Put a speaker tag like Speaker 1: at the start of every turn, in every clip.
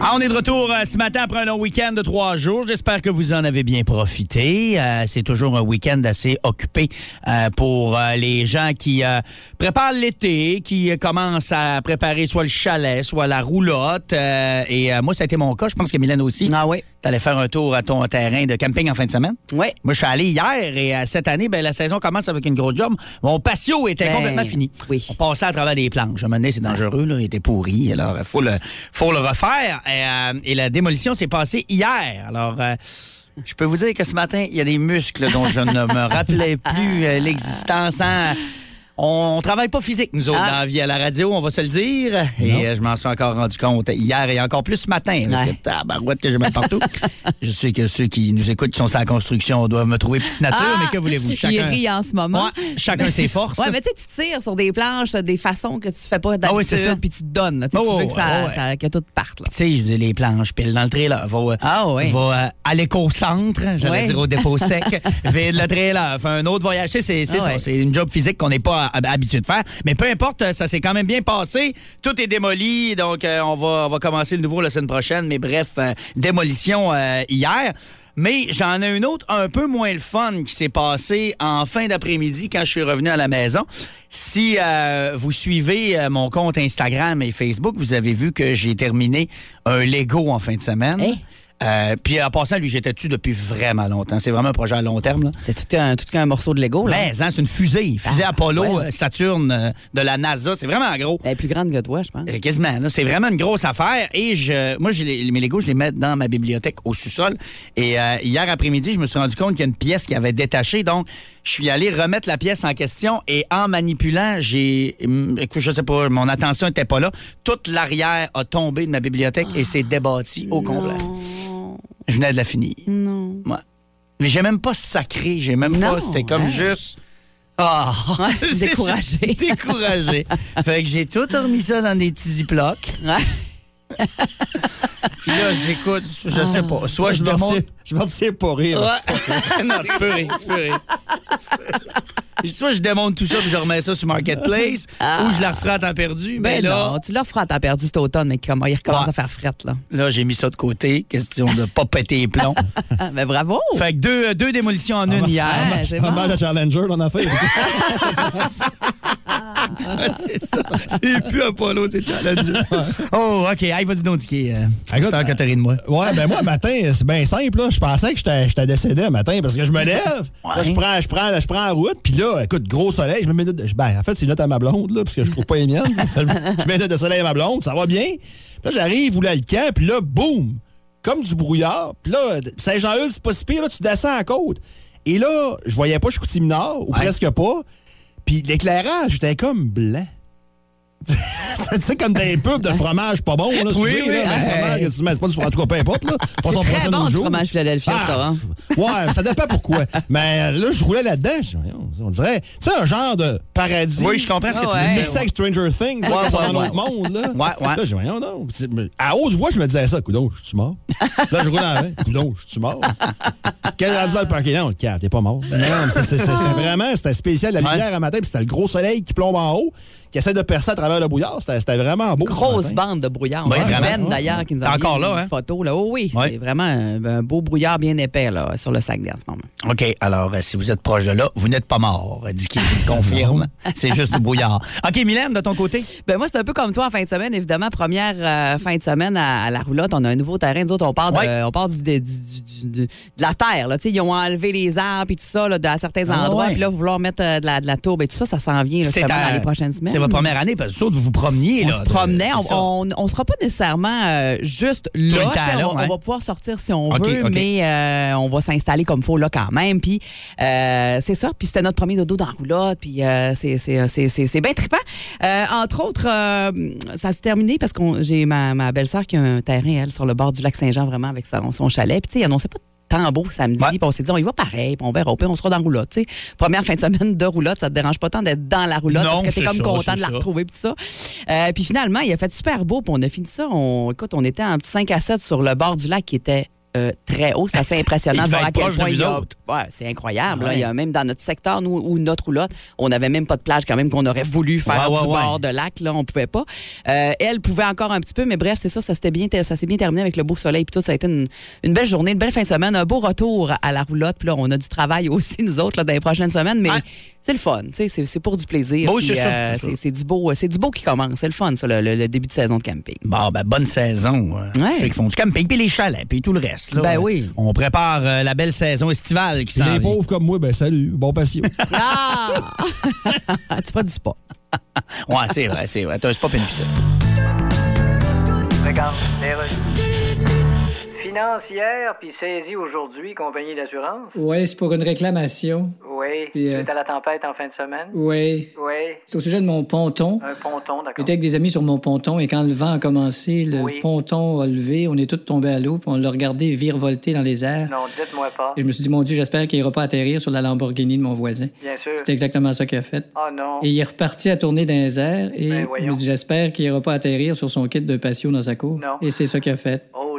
Speaker 1: Ah, on est de retour euh, ce matin après un long week-end de trois jours. J'espère que vous en avez bien profité. Euh, c'est toujours un week-end assez occupé euh, pour euh, les gens qui euh, préparent l'été, qui euh, commencent à préparer soit le chalet, soit la roulotte. Euh, et euh, moi, ça a été mon cas. Je pense que Mylène aussi.
Speaker 2: Ah oui.
Speaker 1: T'allais faire un tour à ton terrain de camping en fin de semaine.
Speaker 2: Oui.
Speaker 1: Moi, je suis allé hier et euh, cette année, ben, la saison commence avec une grosse job. Mon patio était
Speaker 2: Ben,
Speaker 1: complètement fini.
Speaker 2: oui.
Speaker 1: On passait à travers des planches. Je me disais, c'est dangereux, là, il était pourri. Alors, il faut le, faut le refaire. Et, euh, et la démolition s'est passée hier. Alors, euh, je peux vous dire que ce matin, il y a des muscles dont je ne me rappelais plus euh, l'existence. hein. On, on travaille pas physique, nous autres,
Speaker 2: Ah.
Speaker 1: dans la vie à la radio, on va se le dire. Et euh, je m'en suis encore rendu compte hier et encore plus ce matin. Parce que
Speaker 2: Ouais.
Speaker 1: tabarouette que je mets partout. je sais que ceux qui nous écoutent, qui sont sur la construction, doivent me trouver petite nature,
Speaker 2: Ah,
Speaker 1: mais que voulez-vous?
Speaker 2: Il rit en ce moment.
Speaker 1: Ouais, chacun ses forces.
Speaker 2: Ouais, mais tu sais, tu tires sur des planches euh, des façons que tu fais pas
Speaker 1: Ah oui,
Speaker 2: d'habitude,
Speaker 1: c'est ça.
Speaker 2: puis tu te donnes. là. Tu sais,
Speaker 1: Oh,
Speaker 2: tu veux
Speaker 1: oh,
Speaker 2: que, ça,
Speaker 1: ouais.
Speaker 2: ça- que tout parte. Là.
Speaker 1: Tu sais, je dis les planches, pile dans le trailer. Va, euh,
Speaker 2: Ah oui.
Speaker 1: va euh, à l'éco-centre, j'allais
Speaker 2: Oui.
Speaker 1: dire au dépôt sec, vide le trailer, fait un autre voyage. Tu sais, c'est c'est
Speaker 2: Ah
Speaker 1: ça,
Speaker 2: oui.
Speaker 1: c'est une job physique qu'on n'est pas hab- habitué de faire. Mais peu importe, euh, ça s'est quand même bien passé. Tout est démoli, donc euh, on, va, on va commencer le nouveau la semaine prochaine. Mais bref, euh, démolition euh, hier. Mais j'en ai une autre un peu moins le fun qui s'est passée en fin d'après-midi quand je suis revenu à la maison. Si euh, vous suivez euh, mon compte Instagram et Facebook, vous avez vu que j'ai terminé un Lego en fin de semaine.
Speaker 2: Hey.
Speaker 1: Euh, puis en passant, lui, j'étais dessus depuis vraiment longtemps. C'est vraiment un projet à long terme. Là.
Speaker 2: C'est tout un, tout un morceau de Lego. Là.
Speaker 1: Mais hein, c'est une fusée, fusée
Speaker 2: Ah,
Speaker 1: Apollo,
Speaker 2: voyons.
Speaker 1: euh, Saturne euh, de la NASA. C'est vraiment gros.
Speaker 2: Elle est plus grande que toi, je pense.
Speaker 1: Euh, Quasiment, là. c'est vraiment une grosse affaire. Et je, moi, je les- mes Legos, je les mets dans ma bibliothèque au sous-sol. Et euh, hier après-midi, je me suis rendu compte qu'il y a une pièce qui avait détaché. Donc, je suis allé remettre la pièce en question et en manipulant, j'ai, hum, écoute, je sais pas, mon attention n'était pas là. Toute l'arrière a tombé de ma bibliothèque et s'est débattie
Speaker 2: Ah,
Speaker 1: au complet. Je venais de la finir. Non. Mais j'ai même pas sacré, j'ai même
Speaker 2: Non,
Speaker 1: pas. C'était comme
Speaker 2: hein.
Speaker 1: juste. Ah!
Speaker 2: Ouais, découragé.
Speaker 1: découragé. Fait que j'ai tout remis ça dans des petits ziplocs.
Speaker 2: Ouais.
Speaker 1: Puis là, j'écoute, je sais pas.
Speaker 2: Ah.
Speaker 1: Soit je
Speaker 3: m'en
Speaker 1: demande.
Speaker 3: retiens- je m'en retiens pour rire.
Speaker 1: Ouais. non, tu peux rire, tu peux rire. Puis Soit je démonte tout ça puis je remets ça sur Marketplace ou je la referai à temps perdu. Mais
Speaker 2: Ah. Ben
Speaker 1: là,
Speaker 2: non, tu l'offres à ta perdu cet automne, mais comment il recommence
Speaker 1: Ouais.
Speaker 2: à faire frette, là.
Speaker 1: là j'ai mis ça de côté. Question de pas péter les plombs.
Speaker 2: Ah, ben bravo!
Speaker 1: Fait que deux, euh, deux démolitions en
Speaker 2: Ah.
Speaker 1: une hier.
Speaker 2: Ouais, c'est bon.
Speaker 3: Hommage à Challenger, on a fait.
Speaker 1: c'est ça. C'est plus Apollo, c'est Challenger. Oh, OK. Hey, vas-y donc, Dicky. Euh,
Speaker 3: Écoute,
Speaker 1: Star Catherine, moi.
Speaker 3: Ouais, ben moi, matin, c'est bien simple. là. Je pensais que j'étais j'étais décédé un matin parce que je me lève. Là, je prends, je prends, je prends la route. Puis là, écoute, gros soleil. Je me mets une note de- ben, en fait, c'est une note à ma blonde, là, parce que je trouve pas les miennes. Fait que je mets une note de soleil à ma blonde. Ça va bien. Puis Là, j'arrive, où là, le camp. Puis là, boum, comme du brouillard. Puis là, Saint-Jean-Hull, c'est pas si pire. Là, tu descends à côte. Et là, je voyais pas Chicoutimi Nord, ou presque pas. Puis l'éclairage, j'étais comme blanc. tu sais, comme des pubs de fromage pas bon, là, excusez,
Speaker 1: oui,
Speaker 3: là, mais
Speaker 1: hey.
Speaker 3: fromage que tu mets, c'est pas du fromage, en tout cas, peu importe, là. Pas son
Speaker 2: très
Speaker 3: français
Speaker 2: bon,
Speaker 3: nos
Speaker 2: du
Speaker 3: jours.
Speaker 2: fromage Philadelphia, ça, hein.
Speaker 3: Ah, Ouais, ça dépend pourquoi. Mais euh, là, je roulais là-dedans, je dis, voyons, on dirait, tu sais, un genre de paradis.
Speaker 1: Oui, je comprends ce que
Speaker 2: Ah Ouais.
Speaker 1: tu veux
Speaker 3: Mixé
Speaker 1: dire.
Speaker 3: avec Stranger Things, là,
Speaker 1: Ouais,
Speaker 3: quand ils sont
Speaker 1: ouais,
Speaker 3: dans l'autre
Speaker 1: ouais.
Speaker 3: monde, là.
Speaker 1: Ouais, ouais.
Speaker 3: Là, je dis, voyons, non. Puis c'est- mais À haute voix, je me disais ça, coudon, je suis mort. Là, je roule en avant, coudon, je suis mort. Quand j'arrive dans le parking, non, le cadre, t'es pas mort. Ah. Non, mais c'est- c'est c'est- c'est vraiment, c'était spécial, la
Speaker 1: Ouais.
Speaker 3: lumière à matin, puis c'était le gros soleil qui plombe en haut, qui essaie de percer à travers le brouillard. C'était c'était vraiment beau. ce
Speaker 2: Grosse
Speaker 3: matin.
Speaker 2: bande de brouillard.
Speaker 1: Oui,
Speaker 2: Ouais,
Speaker 1: vraiment.
Speaker 2: Ben, d'ailleurs, qui nous
Speaker 1: T'es
Speaker 2: a
Speaker 1: encore là,
Speaker 2: une
Speaker 1: hein?
Speaker 2: photo. Là. Oh oui,
Speaker 1: Ouais.
Speaker 2: c'est vraiment un, un beau brouillard bien épais là, sur le sac d'air en ce moment.
Speaker 1: OK. Alors, euh, si vous êtes proche de là, vous n'êtes pas mort, dit qu'il confirme. C'est juste du brouillard. OK, Mylène, de ton côté?
Speaker 2: Ben moi, c'est un peu comme toi en fin de semaine. Évidemment, première euh, fin de semaine à, à la roulotte, on a un nouveau terrain. Nous autres, on part, de,
Speaker 1: Ouais.
Speaker 2: on part du, du- du- du- du- de la terre. Là. Tu sais, Ils ont enlevé les arbres et tout ça là, de- à certains
Speaker 1: Ah
Speaker 2: endroits.
Speaker 1: ouais.
Speaker 2: Puis là, vouloir mettre euh, de, la, de la tourbe et tout ça, ça s'en vient là, justement,
Speaker 1: à-
Speaker 2: dans les prochaines semaines.
Speaker 1: C'est votre première année, parce que vous autres, vous vous promeniez.
Speaker 2: On
Speaker 1: là,
Speaker 2: se
Speaker 1: de-
Speaker 2: promenait.
Speaker 1: c'est ça.
Speaker 2: On, on, on sera pas nécessairement euh, juste
Speaker 1: le
Speaker 2: là.
Speaker 1: temps,
Speaker 2: tu sais, on,
Speaker 1: là,
Speaker 2: va-
Speaker 1: ouais.
Speaker 2: on va pouvoir sortir si on
Speaker 1: Ok,
Speaker 2: veut,
Speaker 1: ok.
Speaker 2: mais euh, on va s'installer comme faut là quand même. Puis euh, c'est ça. Puis c'était notre premier dodo dans la roulotte. Puis euh, c'est- c'est c'est- c'est- c'est bien trippant. Euh, entre autres, euh, ça s'est terminé parce que j'ai ma, ma belle-sœur qui a un terrain, elle, sur le bord du lac Saint-Jean, vraiment, avec son, son chalet. Puis tu sais, il annonçait pas tant beau samedi,
Speaker 1: Ouais.
Speaker 2: puis on s'est dit, on y va pareil, puis on verra, puis on sera dans la roulotte. tu sais. Première fin de semaine de roulotte, ça te dérange pas tant d'être dans la roulotte
Speaker 1: Non,
Speaker 2: parce que t'es
Speaker 1: c'est
Speaker 2: comme
Speaker 1: ça,
Speaker 2: content
Speaker 1: c'est
Speaker 2: de la
Speaker 1: ça.
Speaker 2: retrouver retrouver, puis tout ça. Euh, puis finalement, il a fait super beau, puis on a fini ça. On, écoute, on était en petit 5 à 7 sur le bord du lac qui était euh, très haut. C'est assez impressionnant
Speaker 1: Il
Speaker 2: de voir
Speaker 1: devait
Speaker 2: à
Speaker 1: être
Speaker 2: quel
Speaker 1: proche de
Speaker 2: point
Speaker 1: vous
Speaker 2: il y a-
Speaker 1: autres.
Speaker 2: Ouais, c'est incroyable. là.
Speaker 1: Ouais.
Speaker 2: Il y a même dans notre secteur, nous, où notre roulotte, on n'avait même pas de plage quand même qu'on aurait voulu faire
Speaker 1: Ouais, ouais,
Speaker 2: du
Speaker 1: ouais.
Speaker 2: bord de lac. Là, on pouvait pas. Euh, elle pouvait encore un petit peu, mais bref, c'est ça, ça s'était bien, ça s'est bien terminé avec le beau soleil puis tout. Ça a été une, une belle journée, une belle fin de semaine, un beau retour à la roulotte. Puis là, on a du travail aussi nous autres là, dans les prochaines semaines, mais
Speaker 1: Ouais.
Speaker 2: c'est le fun. tu sais, C'est c'est pour du plaisir.
Speaker 1: Bon,
Speaker 2: puis,
Speaker 1: Oh, c'est ça,
Speaker 2: euh,
Speaker 1: c'est ça.
Speaker 2: c'est- c'est du beau, c'est du beau qui commence. C'est le fun, ça, le, le- le début de saison de camping.
Speaker 1: Bon, ben, bonne saison. euh,
Speaker 2: Ouais.
Speaker 1: Ceux qui font du camping, puis les chalets, puis tout le reste. là.
Speaker 2: Ben oui.
Speaker 1: On prépare euh, la belle saison estivale qui s'en
Speaker 4: Les
Speaker 1: vient.
Speaker 4: pauvres comme moi, ben salut, bon patio.
Speaker 2: Ah! tu fais du spa.
Speaker 1: Ouais, c'est vrai, c'est vrai. T'as- C'est pas une piscine.
Speaker 5: Regarde, les rues. Financière, puis saisie aujourd'hui, compagnie d'assurance.
Speaker 6: Oui, c'est pour une réclamation.
Speaker 5: Oui.
Speaker 6: Puis, euh,
Speaker 5: C'est à la tempête en fin de semaine.
Speaker 6: Oui.
Speaker 5: Oui.
Speaker 6: C'est au sujet de mon ponton.
Speaker 5: Un ponton, d'accord.
Speaker 6: J'étais avec des amis sur mon ponton et quand le vent a commencé, le
Speaker 5: Oui.
Speaker 6: ponton a levé, on est tous tombés à l'eau, puis on l'a regardé virevolter dans les airs.
Speaker 5: Non, dites-moi pas.
Speaker 6: Et je me suis dit, mon Dieu, j'espère qu'il ira pas atterrir sur la Lamborghini de mon voisin.
Speaker 5: Bien sûr.
Speaker 6: C'est exactement ça qu'il a fait.
Speaker 5: Oh non.
Speaker 6: Et il est reparti à tourner dans les airs et
Speaker 5: Ben,
Speaker 6: je
Speaker 5: voyons.
Speaker 6: me suis dit, j'espère qu'il ira pas atterrir sur son kit de patio dans sa cour.
Speaker 5: Non.
Speaker 6: Et c'est ça qu'il a fait.
Speaker 5: Oh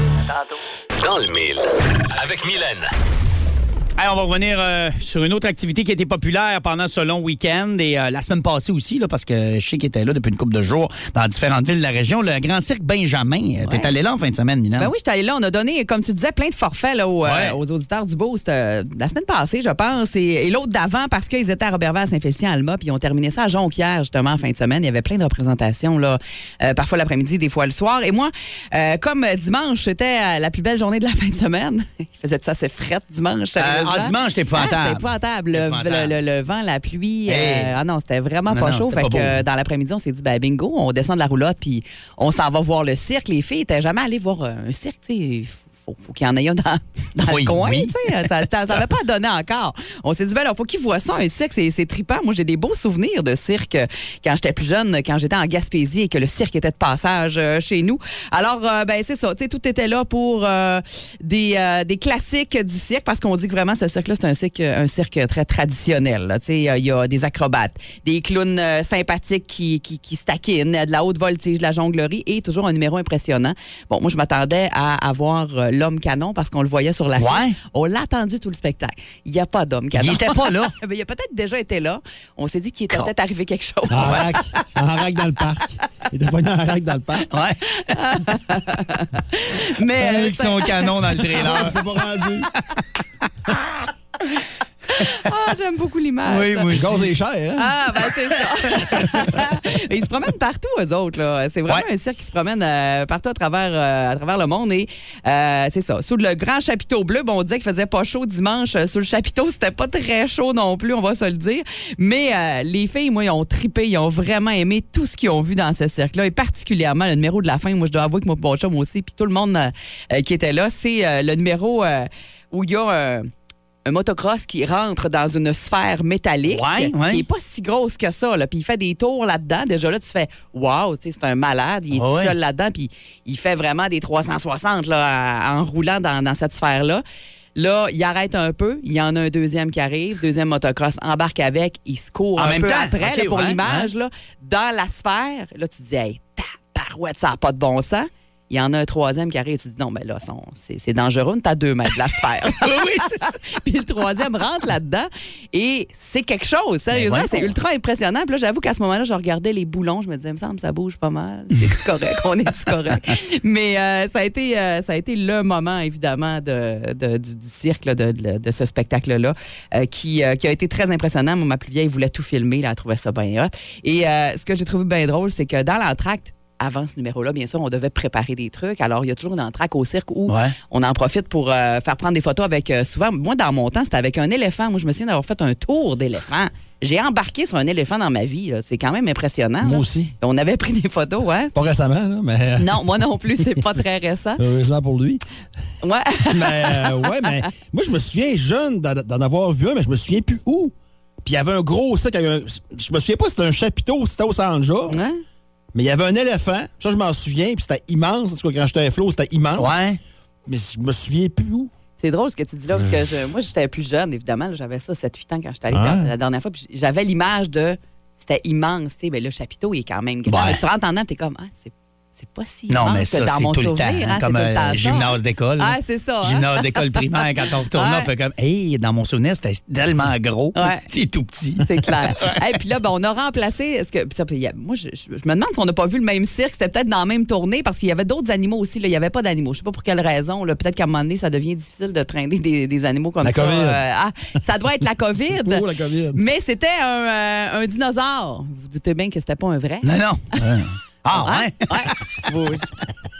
Speaker 5: À tantôt.
Speaker 7: Dans le mille. Avec Mylène.
Speaker 1: Hey, on va revenir euh, sur une autre activité qui a été populaire pendant ce long week-end et euh, la semaine passée aussi, là, parce que je sais qu'il était là depuis une couple de jours dans différentes villes de la région. Le Grand Cirque Benjamin, Euh, t'es allé là en fin de semaine, Milan?
Speaker 2: Ben oui, j'étais allée là. On a donné, comme tu disais, plein de forfaits là, aux, euh,
Speaker 1: Ouais.
Speaker 2: aux auditeurs du Beau. C'était euh, la semaine passée, je pense, et, et l'autre d'avant parce qu'ils étaient à Robertval, à Saint-Félicien, à Alma, puis ils ont terminé ça à Jonquière, justement, en fin de semaine. Il y avait plein de représentations, là, euh, parfois l'après-midi, des fois le soir. Et moi, euh, comme euh, dimanche, c'était euh, la plus belle journée de la fin de semaine. Il faisait de ça, c'est frette dimanche.
Speaker 1: en
Speaker 2: sérieusement.
Speaker 1: Ah, dimanche, c'était épouvantable.
Speaker 2: Ah, c'était épouvantable.
Speaker 1: C'était
Speaker 2: Le-
Speaker 1: épouvantable.
Speaker 2: Le, le- le vent, la pluie. euh,
Speaker 1: Hey.
Speaker 2: ah non, c'était vraiment
Speaker 1: Non,
Speaker 2: pas
Speaker 1: non,
Speaker 2: chaud.
Speaker 1: c'était pas
Speaker 2: Fait que
Speaker 1: beau.
Speaker 2: euh, dans l'après-midi, on s'est dit, ben bingo, on descend de la roulotte, puis on s'en va voir le cirque. Les filles étaient jamais allées voir euh, un cirque, tu sais. Il Faut, faut qu'il y en ait un dans, dans
Speaker 1: Oui,
Speaker 2: le coin,
Speaker 1: oui.
Speaker 2: tu sais. euh, Ça ça- ça avait pas donné encore. On s'est dit, ben là, faut qu'ils voient ça, un cirque, c'est c'est trippant. Moi, j'ai des beaux souvenirs de cirque euh, quand j'étais plus jeune, quand j'étais en Gaspésie et que le cirque était de passage euh, chez nous. Alors, euh, ben c'est ça, tu sais, tout était là pour euh, des, euh, des classiques du cirque parce qu'on dit que vraiment ce cirque-là, c'est un cirque, un cirque très traditionnel. là. Tu sais, euh, il y a des acrobates, des clowns euh, sympathiques qui, qui, qui se taquinent, de la haute voltige, de la jonglerie et toujours un numéro impressionnant. Bon, moi, je m'attendais à avoir euh, l'homme canon parce qu'on le voyait sur la
Speaker 1: Ouais.
Speaker 2: On l'a attendu tout le spectacle. Il n'y a pas d'homme canon.
Speaker 1: Il était pas là.
Speaker 2: Mais il a peut-être déjà été là. On s'est dit qu'il était
Speaker 1: Con.
Speaker 2: peut-être arrivé quelque chose.
Speaker 4: En rack, en rack dans le parc. Il était pas en rack dans le parc.
Speaker 1: Ouais.
Speaker 2: Mais euh,
Speaker 1: Avec son canon dans le trailer.
Speaker 4: C'est pas rendu.
Speaker 2: ah, j'aime beaucoup l'image.
Speaker 4: Le gaz est cher, hein?
Speaker 2: Ah, ben c'est ça. Et ils se promènent partout, eux autres. là. C'est vraiment
Speaker 1: Ouais.
Speaker 2: un cirque qui se promène euh, partout à travers, euh, à travers le monde. Et euh, c'est ça. Sous le grand chapiteau bleu, bon, on disait qu'il faisait pas chaud dimanche. Euh, Sous le chapiteau, c'était pas très chaud non plus, on va se le dire. Mais euh, les filles, moi, ils ont trippé. Ils ont vraiment aimé tout ce qu'ils ont vu dans ce cirque-là. Et particulièrement le numéro de la fin. Moi, je dois avouer que mon bon chum aussi, puis tout le monde euh, euh, qui était là, c'est euh, le numéro euh, où il y a un- un motocross qui rentre dans une sphère métallique
Speaker 1: Ouais, ouais.
Speaker 2: qui est pas si grosse que ça. Là. Puis il fait des tours là-dedans. Déjà là, tu fais Wow, tu sais, c'est un malade. Il est
Speaker 1: Ah
Speaker 2: tout
Speaker 1: ouais.
Speaker 2: seul là-dedans. Puis il fait vraiment des 360 là, à- en roulant dans, dans cette sphère-là. Là, il arrête un peu. Il y en a un deuxième qui arrive, deuxième motocross, embarque avec. Il se court
Speaker 1: En
Speaker 2: un
Speaker 1: même
Speaker 2: peu
Speaker 1: temps.
Speaker 2: après,
Speaker 1: OK,
Speaker 2: là, pour
Speaker 1: ouais,
Speaker 2: l'image, là, dans la sphère. Là, tu dis, hey, tabarouette, ça n'a pas de bon sens. Il y en a un troisième qui arrive. Tu dis, non, mais là, son- c'est c'est dangereux. T'as deux mètres de la sphère.
Speaker 1: Oui, oui, c'est ça.
Speaker 2: Puis le troisième rentre là-dedans. Et c'est quelque chose, sérieusement.
Speaker 1: Ben,
Speaker 2: c'est
Speaker 1: voyons.
Speaker 2: ultra impressionnant. Puis là, j'avoue qu'à ce moment-là, je regardais les boulons. Je me disais, il me semble, ça bouge pas mal. C'est correct. On est correct. Mais euh, ça, a été, euh, ça a été le moment, évidemment, de, de- du, du cirque, là, de, de- de ce spectacle-là, euh, qui, euh, qui a été très impressionnant. Moi, ma plus vieille voulait tout filmer. Là, elle trouvait ça bien hot. Et euh, ce que j'ai trouvé bien drôle, c'est que dans l'entracte, avant ce numéro-là, bien sûr, on devait préparer des trucs. Alors, il y a toujours une entraque au cirque où
Speaker 1: Ouais.
Speaker 2: on en profite pour euh, faire prendre des photos avec. euh, souvent, moi, dans mon temps, c'était avec un éléphant. Moi, je me souviens d'avoir fait un tour d'éléphant. J'ai embarqué sur un éléphant dans ma vie. là. C'est quand même impressionnant.
Speaker 1: Moi
Speaker 2: là.
Speaker 1: aussi.
Speaker 2: On avait pris des photos, hein?
Speaker 4: Pas récemment, là, mais.
Speaker 2: Non, moi non plus, c'est pas très récent.
Speaker 4: Heureusement pour lui.
Speaker 2: Ouais.
Speaker 4: Mais euh, ouais, mais moi, je me souviens jeune d'en d'en avoir vu un, mais je me souviens plus où. Puis il y avait un gros sac. avec un- Je me souviens pas si c'était un chapiteau ou si c'était au Saint-Georges.
Speaker 2: Ouais.
Speaker 4: Mais il y avait un éléphant. Ça, je m'en souviens. Puis c'était immense. En tout cas, quand j'étais à Flo, c'était immense.
Speaker 1: Ouais.
Speaker 4: Mais je me souviens plus où.
Speaker 2: C'est drôle ce que tu dis là, parce que je- moi, j'étais plus jeune, évidemment. là, J'avais ça 7-8 ans quand j'étais allée
Speaker 4: Ah.
Speaker 2: la- la dernière fois. puis J'avais l'image de. C'était immense, tu sais. Mais le chapiteau, il est quand même grand.
Speaker 1: Ouais.
Speaker 2: Mais Tu rentres en âme, t'es comme, ah, c'est. C'est pas si
Speaker 1: Non,
Speaker 2: immense
Speaker 1: mais
Speaker 2: que
Speaker 1: ça,
Speaker 2: dans
Speaker 1: c'est
Speaker 2: mon
Speaker 1: tout le temps.
Speaker 2: souvenir,
Speaker 1: hein,
Speaker 2: hein, c'est
Speaker 1: comme
Speaker 2: tout le
Speaker 1: euh,
Speaker 2: temps ça.
Speaker 1: gymnase d'école. là.
Speaker 2: Ah, c'est ça, hein.
Speaker 1: Gymnase d'école primaire, quand on retourne,
Speaker 2: Ouais.
Speaker 1: on fait comme, hey, dans mon souvenir, c'était tellement gros.
Speaker 2: Ouais.
Speaker 1: C'est tout petit.
Speaker 2: C'est clair. Et puis là, ben, on a remplacé. Est-ce que puis ça, puis il y a- moi, je, je- je me demande si on n'a pas vu le même cirque. C'était peut-être dans la même tournée parce qu'il y avait d'autres animaux aussi. Là. Il n'y avait pas d'animaux. Je sais pas pour quelle raison. là. Peut-être qu'à un moment donné, ça devient difficile de traîner des, des animaux comme
Speaker 4: La
Speaker 2: ça.
Speaker 4: COVID.
Speaker 2: ah, ça doit être la COVID.
Speaker 4: pour la COVID.
Speaker 2: Mais c'était un, euh, un dinosaure. Vous vous doutez bien que c'était pas un vrai.
Speaker 1: Non, non. Ah,
Speaker 2: Hein?
Speaker 1: ouais.
Speaker 2: Ouais. Vous-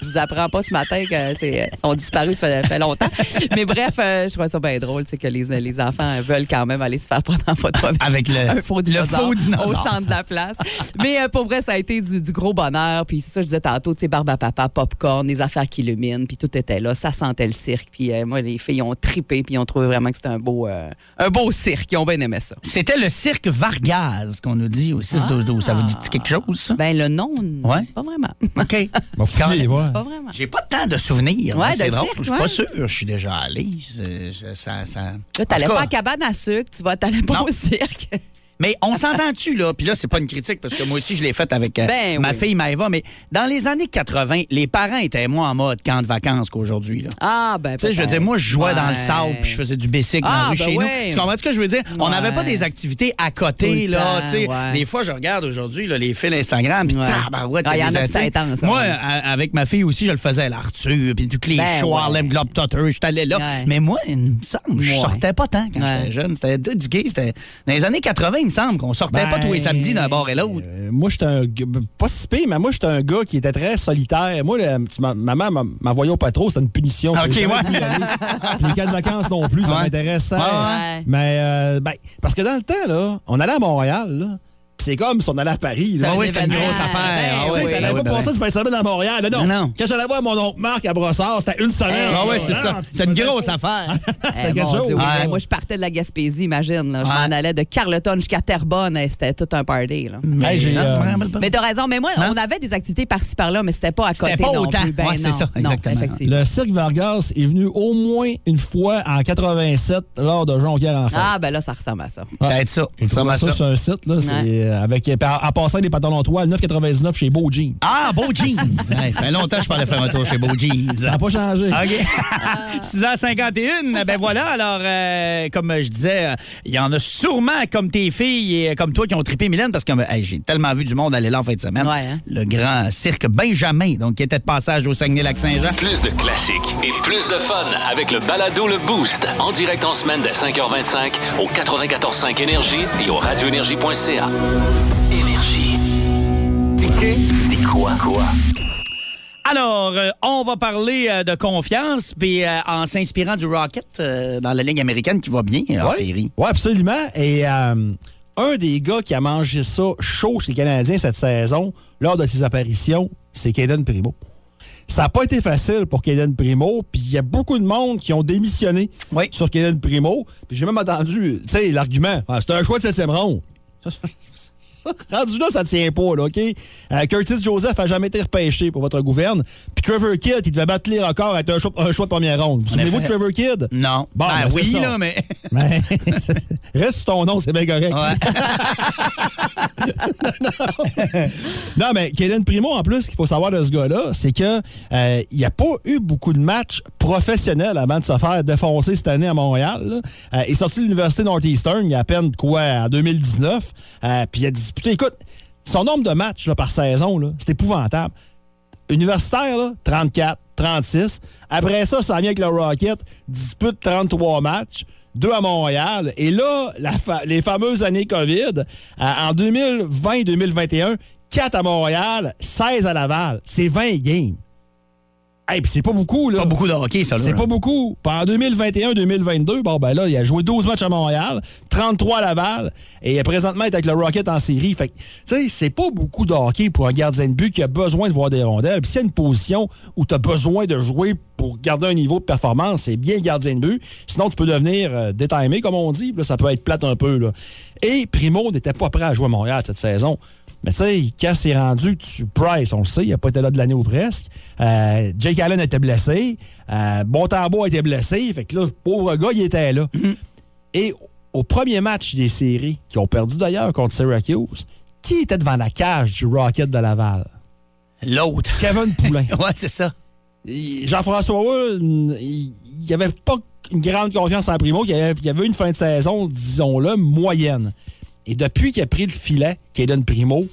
Speaker 2: je vous apprends pas ce matin que c'est ils sont disparus, ça fait, fait longtemps. Mais bref, euh, je trouve ça bien drôle, c'est que les, les enfants veulent quand même aller se faire prendre en photo avec,
Speaker 1: Avec le-
Speaker 2: un faux
Speaker 1: le
Speaker 2: dinosaure,
Speaker 1: faux dinosaure.
Speaker 2: au centre de la place. Mais euh, pour vrai, ça a été du, du gros bonheur. Puis c'est ça, je disais tantôt, tu sais, barbe à papa, popcorn, les affaires qui illuminent, puis tout était là, ça sentait le cirque. Puis euh, moi, les filles ont tripé, puis ils ont trouvé vraiment que c'était un beau, euh, un beau cirque. Ils ont bien aimé ça.
Speaker 1: C'était le cirque Vargas qu'on nous dit au 6-12-12. Ça vous dit quelque chose, ça?
Speaker 2: Ben le nom,
Speaker 1: Ouais.
Speaker 2: pas vraiment,
Speaker 1: OK.
Speaker 4: Bon,
Speaker 1: Ah,
Speaker 4: fouillez, ouais.
Speaker 2: pas vraiment.
Speaker 1: J'ai pas tant de souvenirs.
Speaker 2: Ouais,
Speaker 1: hein,
Speaker 2: de
Speaker 1: c'est drôle.
Speaker 2: cirque,
Speaker 1: Je suis pas
Speaker 2: ouais.
Speaker 1: sûr. Je suis déjà allé. C'est- je- Ça, ça...
Speaker 2: Là, t'allais
Speaker 1: En tout
Speaker 2: pas
Speaker 1: cas,
Speaker 2: à cabane à sucre, tu vas t'allais pas
Speaker 1: Non.
Speaker 2: au cirque.
Speaker 1: Mais on s'entend-tu, là? Puis là, c'est pas une critique, parce que moi aussi, je l'ai faite avec euh,
Speaker 2: Ben
Speaker 1: ma
Speaker 2: oui.
Speaker 1: fille Maëva. Mais dans les années 80, les parents étaient moins en mode camp de vacances qu'aujourd'hui, là.
Speaker 2: Ah, ben
Speaker 1: Tu sais, je veux
Speaker 2: peut-être.
Speaker 1: dire, moi, je jouais dans le
Speaker 2: Ouais.
Speaker 1: sable, puis je faisais du bicycle dans
Speaker 2: Ah,
Speaker 1: la rue
Speaker 2: ben
Speaker 1: chez
Speaker 2: ouais.
Speaker 1: nous. Tu comprends ce que je veux dire? On
Speaker 2: Ouais.
Speaker 1: n'avait pas des activités à côté,
Speaker 2: Tout le
Speaker 1: là.
Speaker 2: temps,
Speaker 1: tu sais.
Speaker 2: ouais.
Speaker 1: Des fois, je regarde aujourd'hui là, les fils Instagram, puis
Speaker 2: Ouais.
Speaker 1: tabarouette,
Speaker 2: Ah,
Speaker 1: il
Speaker 2: y en a
Speaker 1: des
Speaker 2: que c'est
Speaker 1: activités.
Speaker 2: intense,
Speaker 1: Moi,
Speaker 2: ouais.
Speaker 1: à- avec ma fille aussi, je le faisais à l'Arthur, puis toutes les
Speaker 2: Ben
Speaker 1: shows,
Speaker 2: ouais.
Speaker 1: Harlem Globetrotter, je suis allé là.
Speaker 2: Ouais.
Speaker 1: Mais moi, il me semble, je
Speaker 2: Ouais.
Speaker 1: sortais pas tant quand
Speaker 2: Ouais.
Speaker 1: j'étais jeune. C'était tout du gay. C'était dans les années 80, il me semble, qu'on sortait pas tous
Speaker 4: Ben,
Speaker 1: les samedis d'un bord et l'autre.
Speaker 4: Euh, moi, j'étais un g- pas si pire, mais moi, j'étais un gars qui était très solitaire. Moi, le- tu m'en- ma maman m'en- m'envoyait au patro, c'était une punition.
Speaker 1: Ah, Ok,
Speaker 4: J'avais
Speaker 1: ouais. Ah
Speaker 4: jamais voulu y aller. Puis les cas de vacances non plus, ça
Speaker 1: Ouais.
Speaker 4: m'intéressait.
Speaker 2: ouais.
Speaker 4: Mais, euh, ben, parce que dans le temps, là, on allait à Montréal, là, puis c'est comme si on allait à Paris. Là.
Speaker 2: un
Speaker 1: Ah oui, c'était une
Speaker 2: événement.
Speaker 1: grosse affaire.
Speaker 2: Ben
Speaker 1: Ah
Speaker 4: Tu sais,
Speaker 1: oui,
Speaker 4: t'allais
Speaker 1: ben oui,
Speaker 4: pas
Speaker 1: ben
Speaker 4: passer
Speaker 1: oui.
Speaker 4: une fin de semaine à Montréal. Là, non.
Speaker 1: Non, non.
Speaker 4: Quand j'allais voir mon oncle Marc à Brossard, c'était une semaine.
Speaker 1: Ah oui, c'est
Speaker 3: Hein?
Speaker 4: Non,
Speaker 1: ça.
Speaker 4: tu
Speaker 1: C'est une
Speaker 4: faisais-
Speaker 1: grosse affaire.
Speaker 2: Eh,
Speaker 4: C'était quelque
Speaker 2: mon
Speaker 4: chose.
Speaker 2: Dieu, oui.
Speaker 1: Ouais.
Speaker 2: Moi, je partais de la Gaspésie, imagine. là. Je
Speaker 1: Ouais.
Speaker 2: m'en allais de Carleton jusqu'à Terrebonne. Eh, C'était tout un party. Là.
Speaker 4: Hey, j'ai,
Speaker 1: Non,
Speaker 4: euh,
Speaker 1: je me rappelle pas.
Speaker 2: Mais t'as raison. Mais moi,
Speaker 1: Hein?
Speaker 2: on avait des activités par-ci par-là, mais c'était pas à
Speaker 1: C'était
Speaker 2: côté
Speaker 1: pas
Speaker 2: non
Speaker 1: autant.
Speaker 2: plus. Ben
Speaker 1: Ouais, c'est
Speaker 2: non.
Speaker 1: ça,
Speaker 2: Non,
Speaker 1: exactement.
Speaker 2: effectivement.
Speaker 4: Le cirque Vargas est venu au moins une fois en 87 lors de Jonquière en fait.
Speaker 2: Ah, ben là, ça ressemble à ça.
Speaker 1: Peut-être ça.
Speaker 4: Je trouve
Speaker 1: Sûrement
Speaker 4: ça,
Speaker 1: ça.
Speaker 4: sur un site, là, c'est euh, avec, euh, par- en passant des pantalons en toile, 9,99 chez Beau Jeans.
Speaker 1: Ah, Beau Jeans! Ouais, ça fait longtemps que je parlais faire un tour chez Beau Jeans.
Speaker 4: Ça n'a pas changé.
Speaker 1: OK. 6h51, ben voilà, alors, euh, comme je disais, euh, il y en a sûrement comme tes filles et euh, comme toi qui ont trippé Mylène, parce que euh, hey, j'ai tellement vu du monde aller là en fin de semaine.
Speaker 2: Ouais, hein.
Speaker 1: Le grand cirque Benjamin, donc qui était de passage au Saguenay-Lac-Saint-Jean.
Speaker 7: Plus de classiques et plus de fun avec le balado Le Boost. En direct en semaine dès 5h25 au 94.5 Énergie et au radioénergie.ca. Énergie. Dis quoi? Quoi?
Speaker 1: Alors, euh, on va parler euh, de confiance, puis euh, en s'inspirant du Rocket euh, dans la Ligue américaine qui va bien euh, en
Speaker 4: Ouais.
Speaker 1: série.
Speaker 4: Ouais, absolument. Et euh, un des gars qui a mangé ça chaud chez les Canadiens cette saison, lors de ses apparitions, c'est Caden Primo. Ça n'a pas été facile pour Caden Primo, puis il y a beaucoup de monde qui ont démissionné
Speaker 1: Oui.
Speaker 4: sur Caden Primo. Puis j'ai même entendu, tu sais, l'argument, Ah, c'est un choix de septième ronde. Ça, Rendu là, ça tient pas, là, OK? Euh, Curtis Joseph a jamais été repêché pour votre gouverne. Puis
Speaker 3: Puis Trevor Kidd, qui devait battre les records, être un choix, un choix de première ronde. Vous souvenez-vous de
Speaker 1: effet.
Speaker 3: Trevor Kidd?
Speaker 1: Non.
Speaker 3: Bon,
Speaker 1: Ben
Speaker 3: ben, c'est
Speaker 1: oui,
Speaker 3: ça.
Speaker 1: là, mais.
Speaker 3: Ben, reste sur ton nom, c'est bien correct.
Speaker 1: Ouais.
Speaker 3: Non, mais Kellen Primo, en plus, ce qu'il faut savoir de ce gars-là, c'est que euh, il n'y a pas eu beaucoup de matchs professionnels avant de se faire défoncer cette année à Montréal. là. Euh, il est sorti de l'Université Northeastern il y a à peine, quoi, en 2019. Euh, Puis il a disputé, écoute, son nombre de matchs là, par saison, là, c'est épouvantable. Universitaire, là, 34, 36. Après ça, ça vient avec le Rocket, dispute 33 matchs, deux à Montréal. Et là, la fa- les fameuses années COVID, euh, en 2020-2021, 4 à Montréal, 16 à Laval. C'est 20 games. Ah, Hey, puis c'est pas beaucoup, là.
Speaker 1: Pas beaucoup de hockey, ça, là.
Speaker 3: C'est pas beaucoup. Puis en 2021-2022, bon, ben là, il a joué 12 matchs à Montréal, 33 à Laval, et présentement, il est avec le Rocket en série. Fait que, tu sais, c'est pas beaucoup de hockey pour un gardien de but qui a besoin de voir des rondelles. Puis s'il y a une position où tu as besoin de jouer pour garder un niveau de performance, c'est bien le gardien de but. Sinon, tu peux devenir euh, détimé, comme on dit. Puis là, ça peut être plate un peu, là. Et Primo n'était pas prêt à jouer à Montréal cette saison. Mais tu sais, quand c'est rendu, tu Price, on le sait, il n'a pas été là de l'année ou presque. Euh, Jake Allen était blessé. Euh, Montembeau a été blessé. Fait que là, le pauvre gars, il était là. Et au premier match des séries, qui ont perdu d'ailleurs contre Syracuse, qui était devant la cage du Rocket de Laval?
Speaker 1: L'autre.
Speaker 3: Kevin Poulin.
Speaker 1: Ouais, c'est ça.
Speaker 3: Et Jean-François Hull, il n'y avait pas une grande confiance en Primo. Il y avait, il y avait une fin de saison, disons-le, moyenne. Et depuis qu'il a pris le filet, Caden Primo,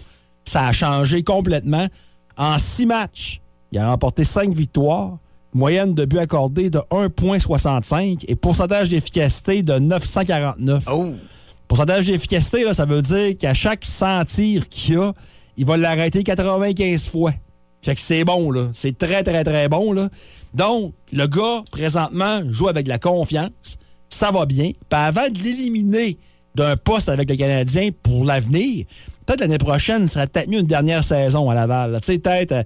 Speaker 3: ça a changé complètement. En six matchs, il a remporté cinq victoires, moyenne de but accordé de 1,65 et pourcentage d'efficacité de 949.
Speaker 1: Oh.
Speaker 3: Pourcentage d'efficacité, là, ça veut dire qu'à chaque 100 tirs qu'il a, il va l'arrêter 95 fois. Fait que c'est bon, là. C'est très, très, très bon, là. Donc, le gars, présentement, joue avec de la confiance. Ça va bien. Puis avant de l'éliminer d'un poste avec le Canadien pour l'avenir, peut-être l'année prochaine, il serait peut-être mieux une dernière saison à Laval. là. Tu sais, peut-être euh,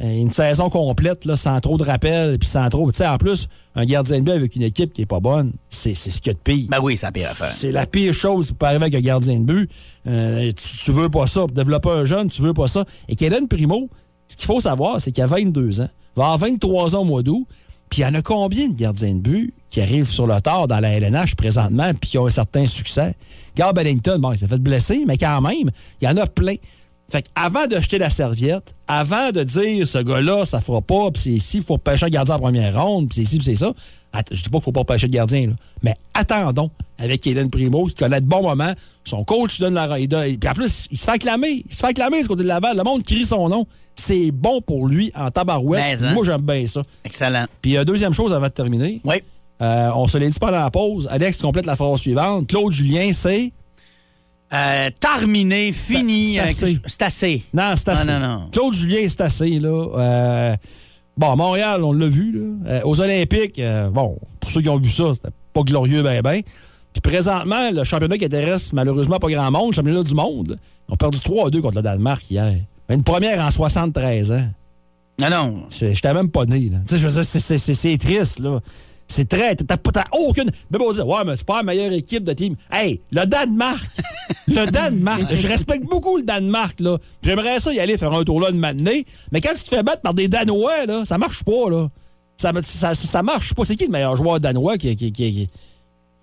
Speaker 3: une saison complète, là, sans trop de rappels, puis sans trop... Tu sais, en plus, un gardien de but avec une équipe qui est pas bonne, c'est c'est ce qu'il y a de pire.
Speaker 1: Ben oui, ça pire à faire.
Speaker 3: C'est la pire chose qui peut arriver avec un gardien de but. Euh, tu, tu veux pas ça. Pour développer un jeune, tu veux pas ça. Et Kellen Primo, ce qu'il faut savoir, c'est qu'il a 22 ans. Il va avoir 23 ans au mois d'août. Puis il y en a combien de gardiens de but qui arrivent sur le tard dans la LNH présentement puis qui ont un certain succès? Gar Bennington, bon, il s'est fait blesser, mais quand même, il y en a plein. Fait que avant de jeter la serviette, avant de dire ce gars-là, ça fera pas, puis c'est ici pour pêcher un gardien en première ronde, puis c'est ici, puis c'est ça. Att- je dis pas qu'il faut pas pêcher de gardien, là. mais attendons avec Hélène Primo, qui connaît de bons moments. Son coach donne la. il donne- puis en plus, il se fait acclamer. Il se fait acclamer du côté de la balle. Le monde crie son nom. C'est bon pour lui en tabarouette.
Speaker 1: Mais, hein?
Speaker 3: Moi, j'aime bien ça.
Speaker 1: Excellent.
Speaker 3: Puis euh, deuxième chose avant de terminer,
Speaker 1: Oui.
Speaker 3: euh, on se l'a dit pendant la pause. Alex complète la phrase suivante. Claude Julien, c'est.
Speaker 1: Euh, terminé, fini.
Speaker 3: c'est
Speaker 1: euh,
Speaker 3: assez.
Speaker 1: C'est assez.
Speaker 3: Non, c'est
Speaker 1: Non,
Speaker 3: assez.
Speaker 1: non, non.
Speaker 3: Claude Julien, c'est assez, là. Euh, bon, à Montréal, on l'a vu, là. Euh, aux Olympiques, euh, bon, pour ceux qui ont vu ça, c'était pas glorieux, ben, ben. Puis présentement, le championnat qui intéresse malheureusement pas grand monde, le championnat du monde, ils ont perdu 3-2 contre le Danemark hier. Ben, Une première en 73 ans.
Speaker 1: Non, non.
Speaker 3: C'est- J'étais même pas né, là. Tu sais, je veux dire, c'est- c'est- c'est c'est triste, là. C'est très. T'as pas- t'as aucune. Mais bon, on dit, ouais, mais c'est pas la meilleure équipe de team. Hey, le Danemark! le Danemark! Je respecte beaucoup le Danemark, là. J'aimerais ça y aller faire un tour là de matinée. Mais quand tu te fais battre par des Danois, là, ça marche pas, là. Ça, me- ça, ça- ça marche pas. C'est qui le meilleur joueur danois qui. qui, qui, qui...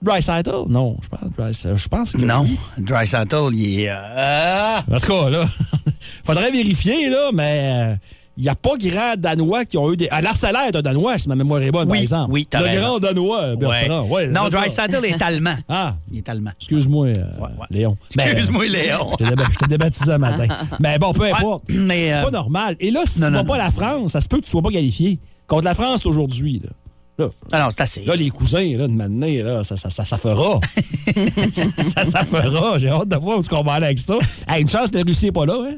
Speaker 3: Bryce Hyttle? Non, je pense, Bryce- je pense que.
Speaker 1: Non. Dry il est. euh, euh,
Speaker 3: En tout cas, là, faudrait vérifier, là, mais il n'y a pas grand Danois qui ont eu des. Ah, Larsalaire est un Danois, si ma mémoire est bonne, par
Speaker 1: Oui,
Speaker 3: exemple.
Speaker 1: oui, t'as
Speaker 3: Le
Speaker 1: raison.
Speaker 3: grand Danois, Bertrand. Ouais,
Speaker 1: non,
Speaker 3: c'est ça.
Speaker 1: Dry est allemand.
Speaker 3: Ah,
Speaker 1: Il est allemand.
Speaker 3: excuse-moi, euh, Léon. Ben,
Speaker 1: Excuse-moi, Léon.
Speaker 3: je te déba- je te débaptisais un matin. Mais bon, peu importe.
Speaker 1: mais,
Speaker 3: c'est
Speaker 1: euh,
Speaker 3: pas normal. Et là, si
Speaker 1: non,
Speaker 3: tu ne
Speaker 1: non,
Speaker 3: pas
Speaker 1: non.
Speaker 3: la France, ça se peut que tu ne sois pas qualifié. Contre la France aujourd'hui, là. Là,
Speaker 1: Non, non, c'est assez.
Speaker 3: là, les cousins, là, de m'amener, là, ça, ça, ça, ça fera. ça, ça fera. J'ai hâte de voir où est-ce qu'on va aller avec ça. Hey, une chance que la Russie n'est pas là, hein?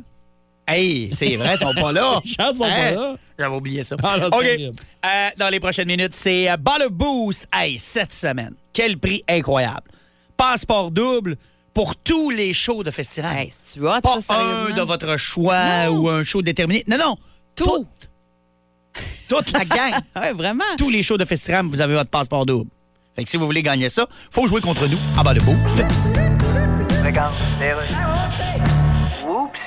Speaker 1: Hey, c'est vrai, ils sont pas là. Hein?
Speaker 3: Les chances sont pas là.
Speaker 1: J'avais oublié ça.
Speaker 3: Ah, non, c'est
Speaker 1: OK.
Speaker 3: horrible.
Speaker 1: Euh, dans les prochaines minutes, c'est euh, Balle Boost. Hey, cette semaine, quel prix incroyable. Passeport double pour tous les shows de festival.
Speaker 2: Hey, si tu hâte,
Speaker 1: pas
Speaker 2: ça, sérieusement.
Speaker 1: un de votre choix
Speaker 2: Non.
Speaker 1: ou un show déterminé. Non, non.
Speaker 2: Tout.
Speaker 1: Toutes. Toute la gang.
Speaker 2: Ouais, vraiment.
Speaker 1: tous les shows de festival, vous avez votre passeport double. Fait que si vous voulez gagner ça, faut jouer contre nous. Ah, Balle Boost.
Speaker 5: Regarde, les rues. Oups.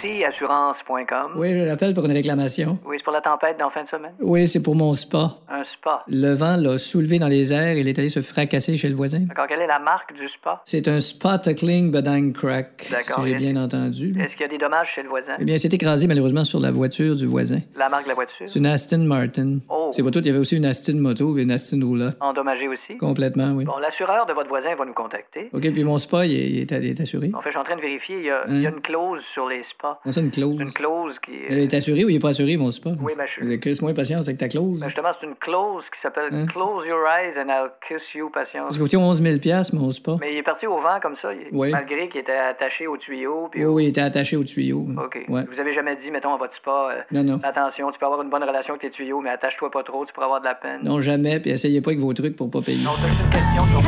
Speaker 5: Lucie Assurance.com.
Speaker 6: Oui, je l'appelle pour une réclamation.
Speaker 5: Oui, c'est pour la tempête d'en fin de semaine.
Speaker 6: Oui, c'est pour mon spa.
Speaker 5: Un spa.
Speaker 6: Le vent l'a soulevé dans les airs et il est allé se fracasser chez le voisin.
Speaker 5: D'accord, quelle est la marque du spa?
Speaker 6: C'est un spot cling bedang crack,
Speaker 5: D'accord,
Speaker 6: si j'ai
Speaker 5: et-
Speaker 6: bien entendu.
Speaker 5: Est-ce qu'il y a des dommages chez le voisin?
Speaker 6: Eh bien, il s'est écrasé malheureusement sur la voiture du voisin.
Speaker 5: La marque de la voiture?
Speaker 6: C'est une Aston Martin.
Speaker 5: Oh.
Speaker 6: C'est pas tout, il y avait aussi une Aston moto et une Aston roulotte.
Speaker 5: Endommagé aussi?
Speaker 6: Complètement, oui.
Speaker 5: Bon, l'assureur de votre voisin va nous contacter.
Speaker 6: OK, puis mon spa, il est, il est- il est assuré.
Speaker 5: En fait, je suis en train de vérifier. Il y a, il y a une clause sur les spas.
Speaker 6: On ça une Hein? clause.
Speaker 5: Une clause qui.
Speaker 6: Elle est assurée ou il est pas assuré, mon spa?
Speaker 5: Oui, ben, je-
Speaker 6: Euh, Chris, moins patience avec ta clause.
Speaker 5: Ben, justement, c'est une clause qui s'appelle Close your eyes and I'll kiss you, patience.
Speaker 6: Mmh. Parce que vous étiez 11 000 mon spa.
Speaker 5: Mais il est parti au vent comme ça, il-
Speaker 6: Oui.
Speaker 5: malgré qu'il était attaché au tuyau. Puis...
Speaker 6: Oui, oui, il était attaché au tuyau.
Speaker 5: OK.
Speaker 6: Ouais.
Speaker 5: Vous avez jamais dit, mettons, à votre spa, euh,
Speaker 6: Non, non.
Speaker 5: attention, tu peux avoir une bonne relation avec tes tuyaux, mais attache-toi pas trop, tu pourras avoir de la peine.
Speaker 6: Non, jamais, puis essayez pas avec vos trucs pour pas payer.
Speaker 5: Non, c'est juste une question sur...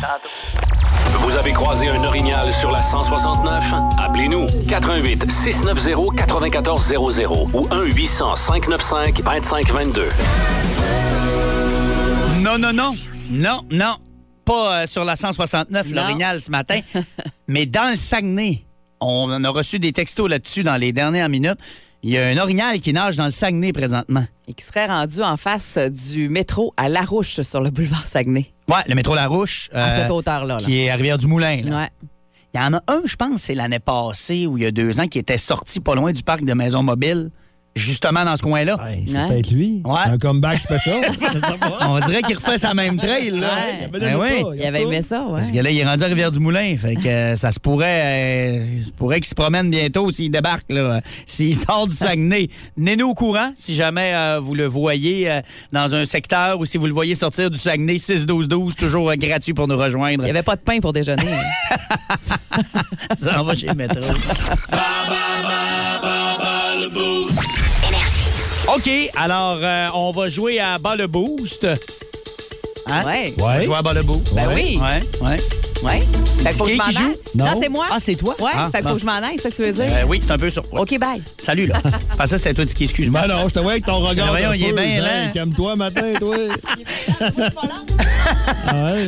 Speaker 5: Tantôt.
Speaker 7: Vous avez croisé un orignal sur la 169? Appelez-nous 88 690 9400 ou 1 800 595 2522.
Speaker 1: Non, non, non. Non, non. Pas euh, sur la 169,
Speaker 2: Non.
Speaker 1: l'Orignal, ce matin. mais dans le Saguenay, on en a reçu des textos là-dessus dans les dernières minutes. Il y a un Orignal qui nage dans le Saguenay présentement.
Speaker 2: Et qui serait rendu en face du métro à Larouche sur le boulevard Saguenay,
Speaker 1: Ouais, le métro Larouche.
Speaker 2: à
Speaker 1: euh,
Speaker 2: cette hauteur-là. là.
Speaker 1: qui est à Rivière-du-Moulin. là.
Speaker 2: Ouais.
Speaker 1: Il y en a un, je pense, c'est l'année passée ou il y a deux ans, qui était sorti pas loin du parc de Maison Mobile, justement dans ce coin-là.
Speaker 4: Hey, Ben, c'est
Speaker 2: Ouais.
Speaker 4: peut-être lui.
Speaker 1: Ouais.
Speaker 4: Un comeback special. Je sais pas.
Speaker 1: On dirait qu'il refait sa même trail, là.
Speaker 2: Ouais.
Speaker 4: Il avait
Speaker 1: Ben
Speaker 4: donné
Speaker 1: oui.
Speaker 4: ça,
Speaker 2: Il avait aimé ça, ouais.
Speaker 1: Parce que là, il est rendu à Rivière-du-Moulin. Fait que euh, ça se pourrait, euh, il se pourrait qu'il se promène bientôt s'il débarque, là, euh, s'il sort du Saguenay. Tenez-nous au courant si jamais euh, vous le voyez euh, dans un secteur ou si vous le voyez sortir du Saguenay 6-12-12, toujours euh, gratuit pour nous rejoindre.
Speaker 2: Il n'y avait pas de pain pour déjeuner. hein.
Speaker 1: Ça en va chez le métro. OK, alors euh, on va jouer à bas le boost. Hein?
Speaker 2: Ouais.
Speaker 1: On va jouer à bas le boost.
Speaker 2: Ben oui.
Speaker 1: Ouais, ouais.
Speaker 2: Ouais. Fait que faut que je
Speaker 1: qui
Speaker 2: m'en
Speaker 1: qui joue?
Speaker 2: aille.
Speaker 4: Non.
Speaker 2: Non, c'est moi.
Speaker 1: Ah, c'est toi?
Speaker 2: Ouais,
Speaker 1: Ah,
Speaker 2: fait que
Speaker 1: bon.
Speaker 2: faut que je m'en aille, c'est ça que tu veux dire?
Speaker 1: Euh, oui, c'est un peu surpris.
Speaker 2: OK, bye.
Speaker 1: Salut, là. Parce que c'était toi qui excuse-moi.
Speaker 4: Ben non, je te vois avec ton regard.
Speaker 1: voyons,
Speaker 4: de
Speaker 1: il est
Speaker 4: feu,
Speaker 1: bien
Speaker 4: hein.
Speaker 1: lent.
Speaker 4: Calme-toi, matin, toi.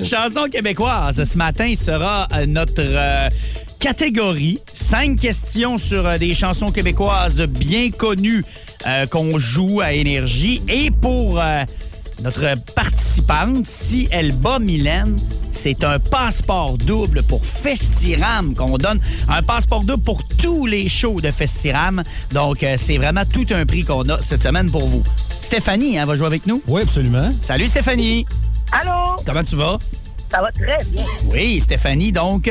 Speaker 1: Chanson québécoise. Ce matin sera euh, notre euh, catégorie. Cinq questions sur euh, des chansons québécoises bien connues euh, qu'on joue à Énergie. Et pour euh, notre participante, si elle bat Mylène, c'est un passeport double pour Festiram qu'on donne. Un passeport double pour tous les shows de Festiram. Donc, euh, c'est vraiment tout un prix qu'on a cette semaine pour vous. Stéphanie, elle va jouer avec nous.
Speaker 4: Oui, absolument.
Speaker 1: Salut Stéphanie.
Speaker 8: Allô?
Speaker 1: Comment tu vas?
Speaker 8: Ça va très bien.
Speaker 1: Oui, Stéphanie, donc,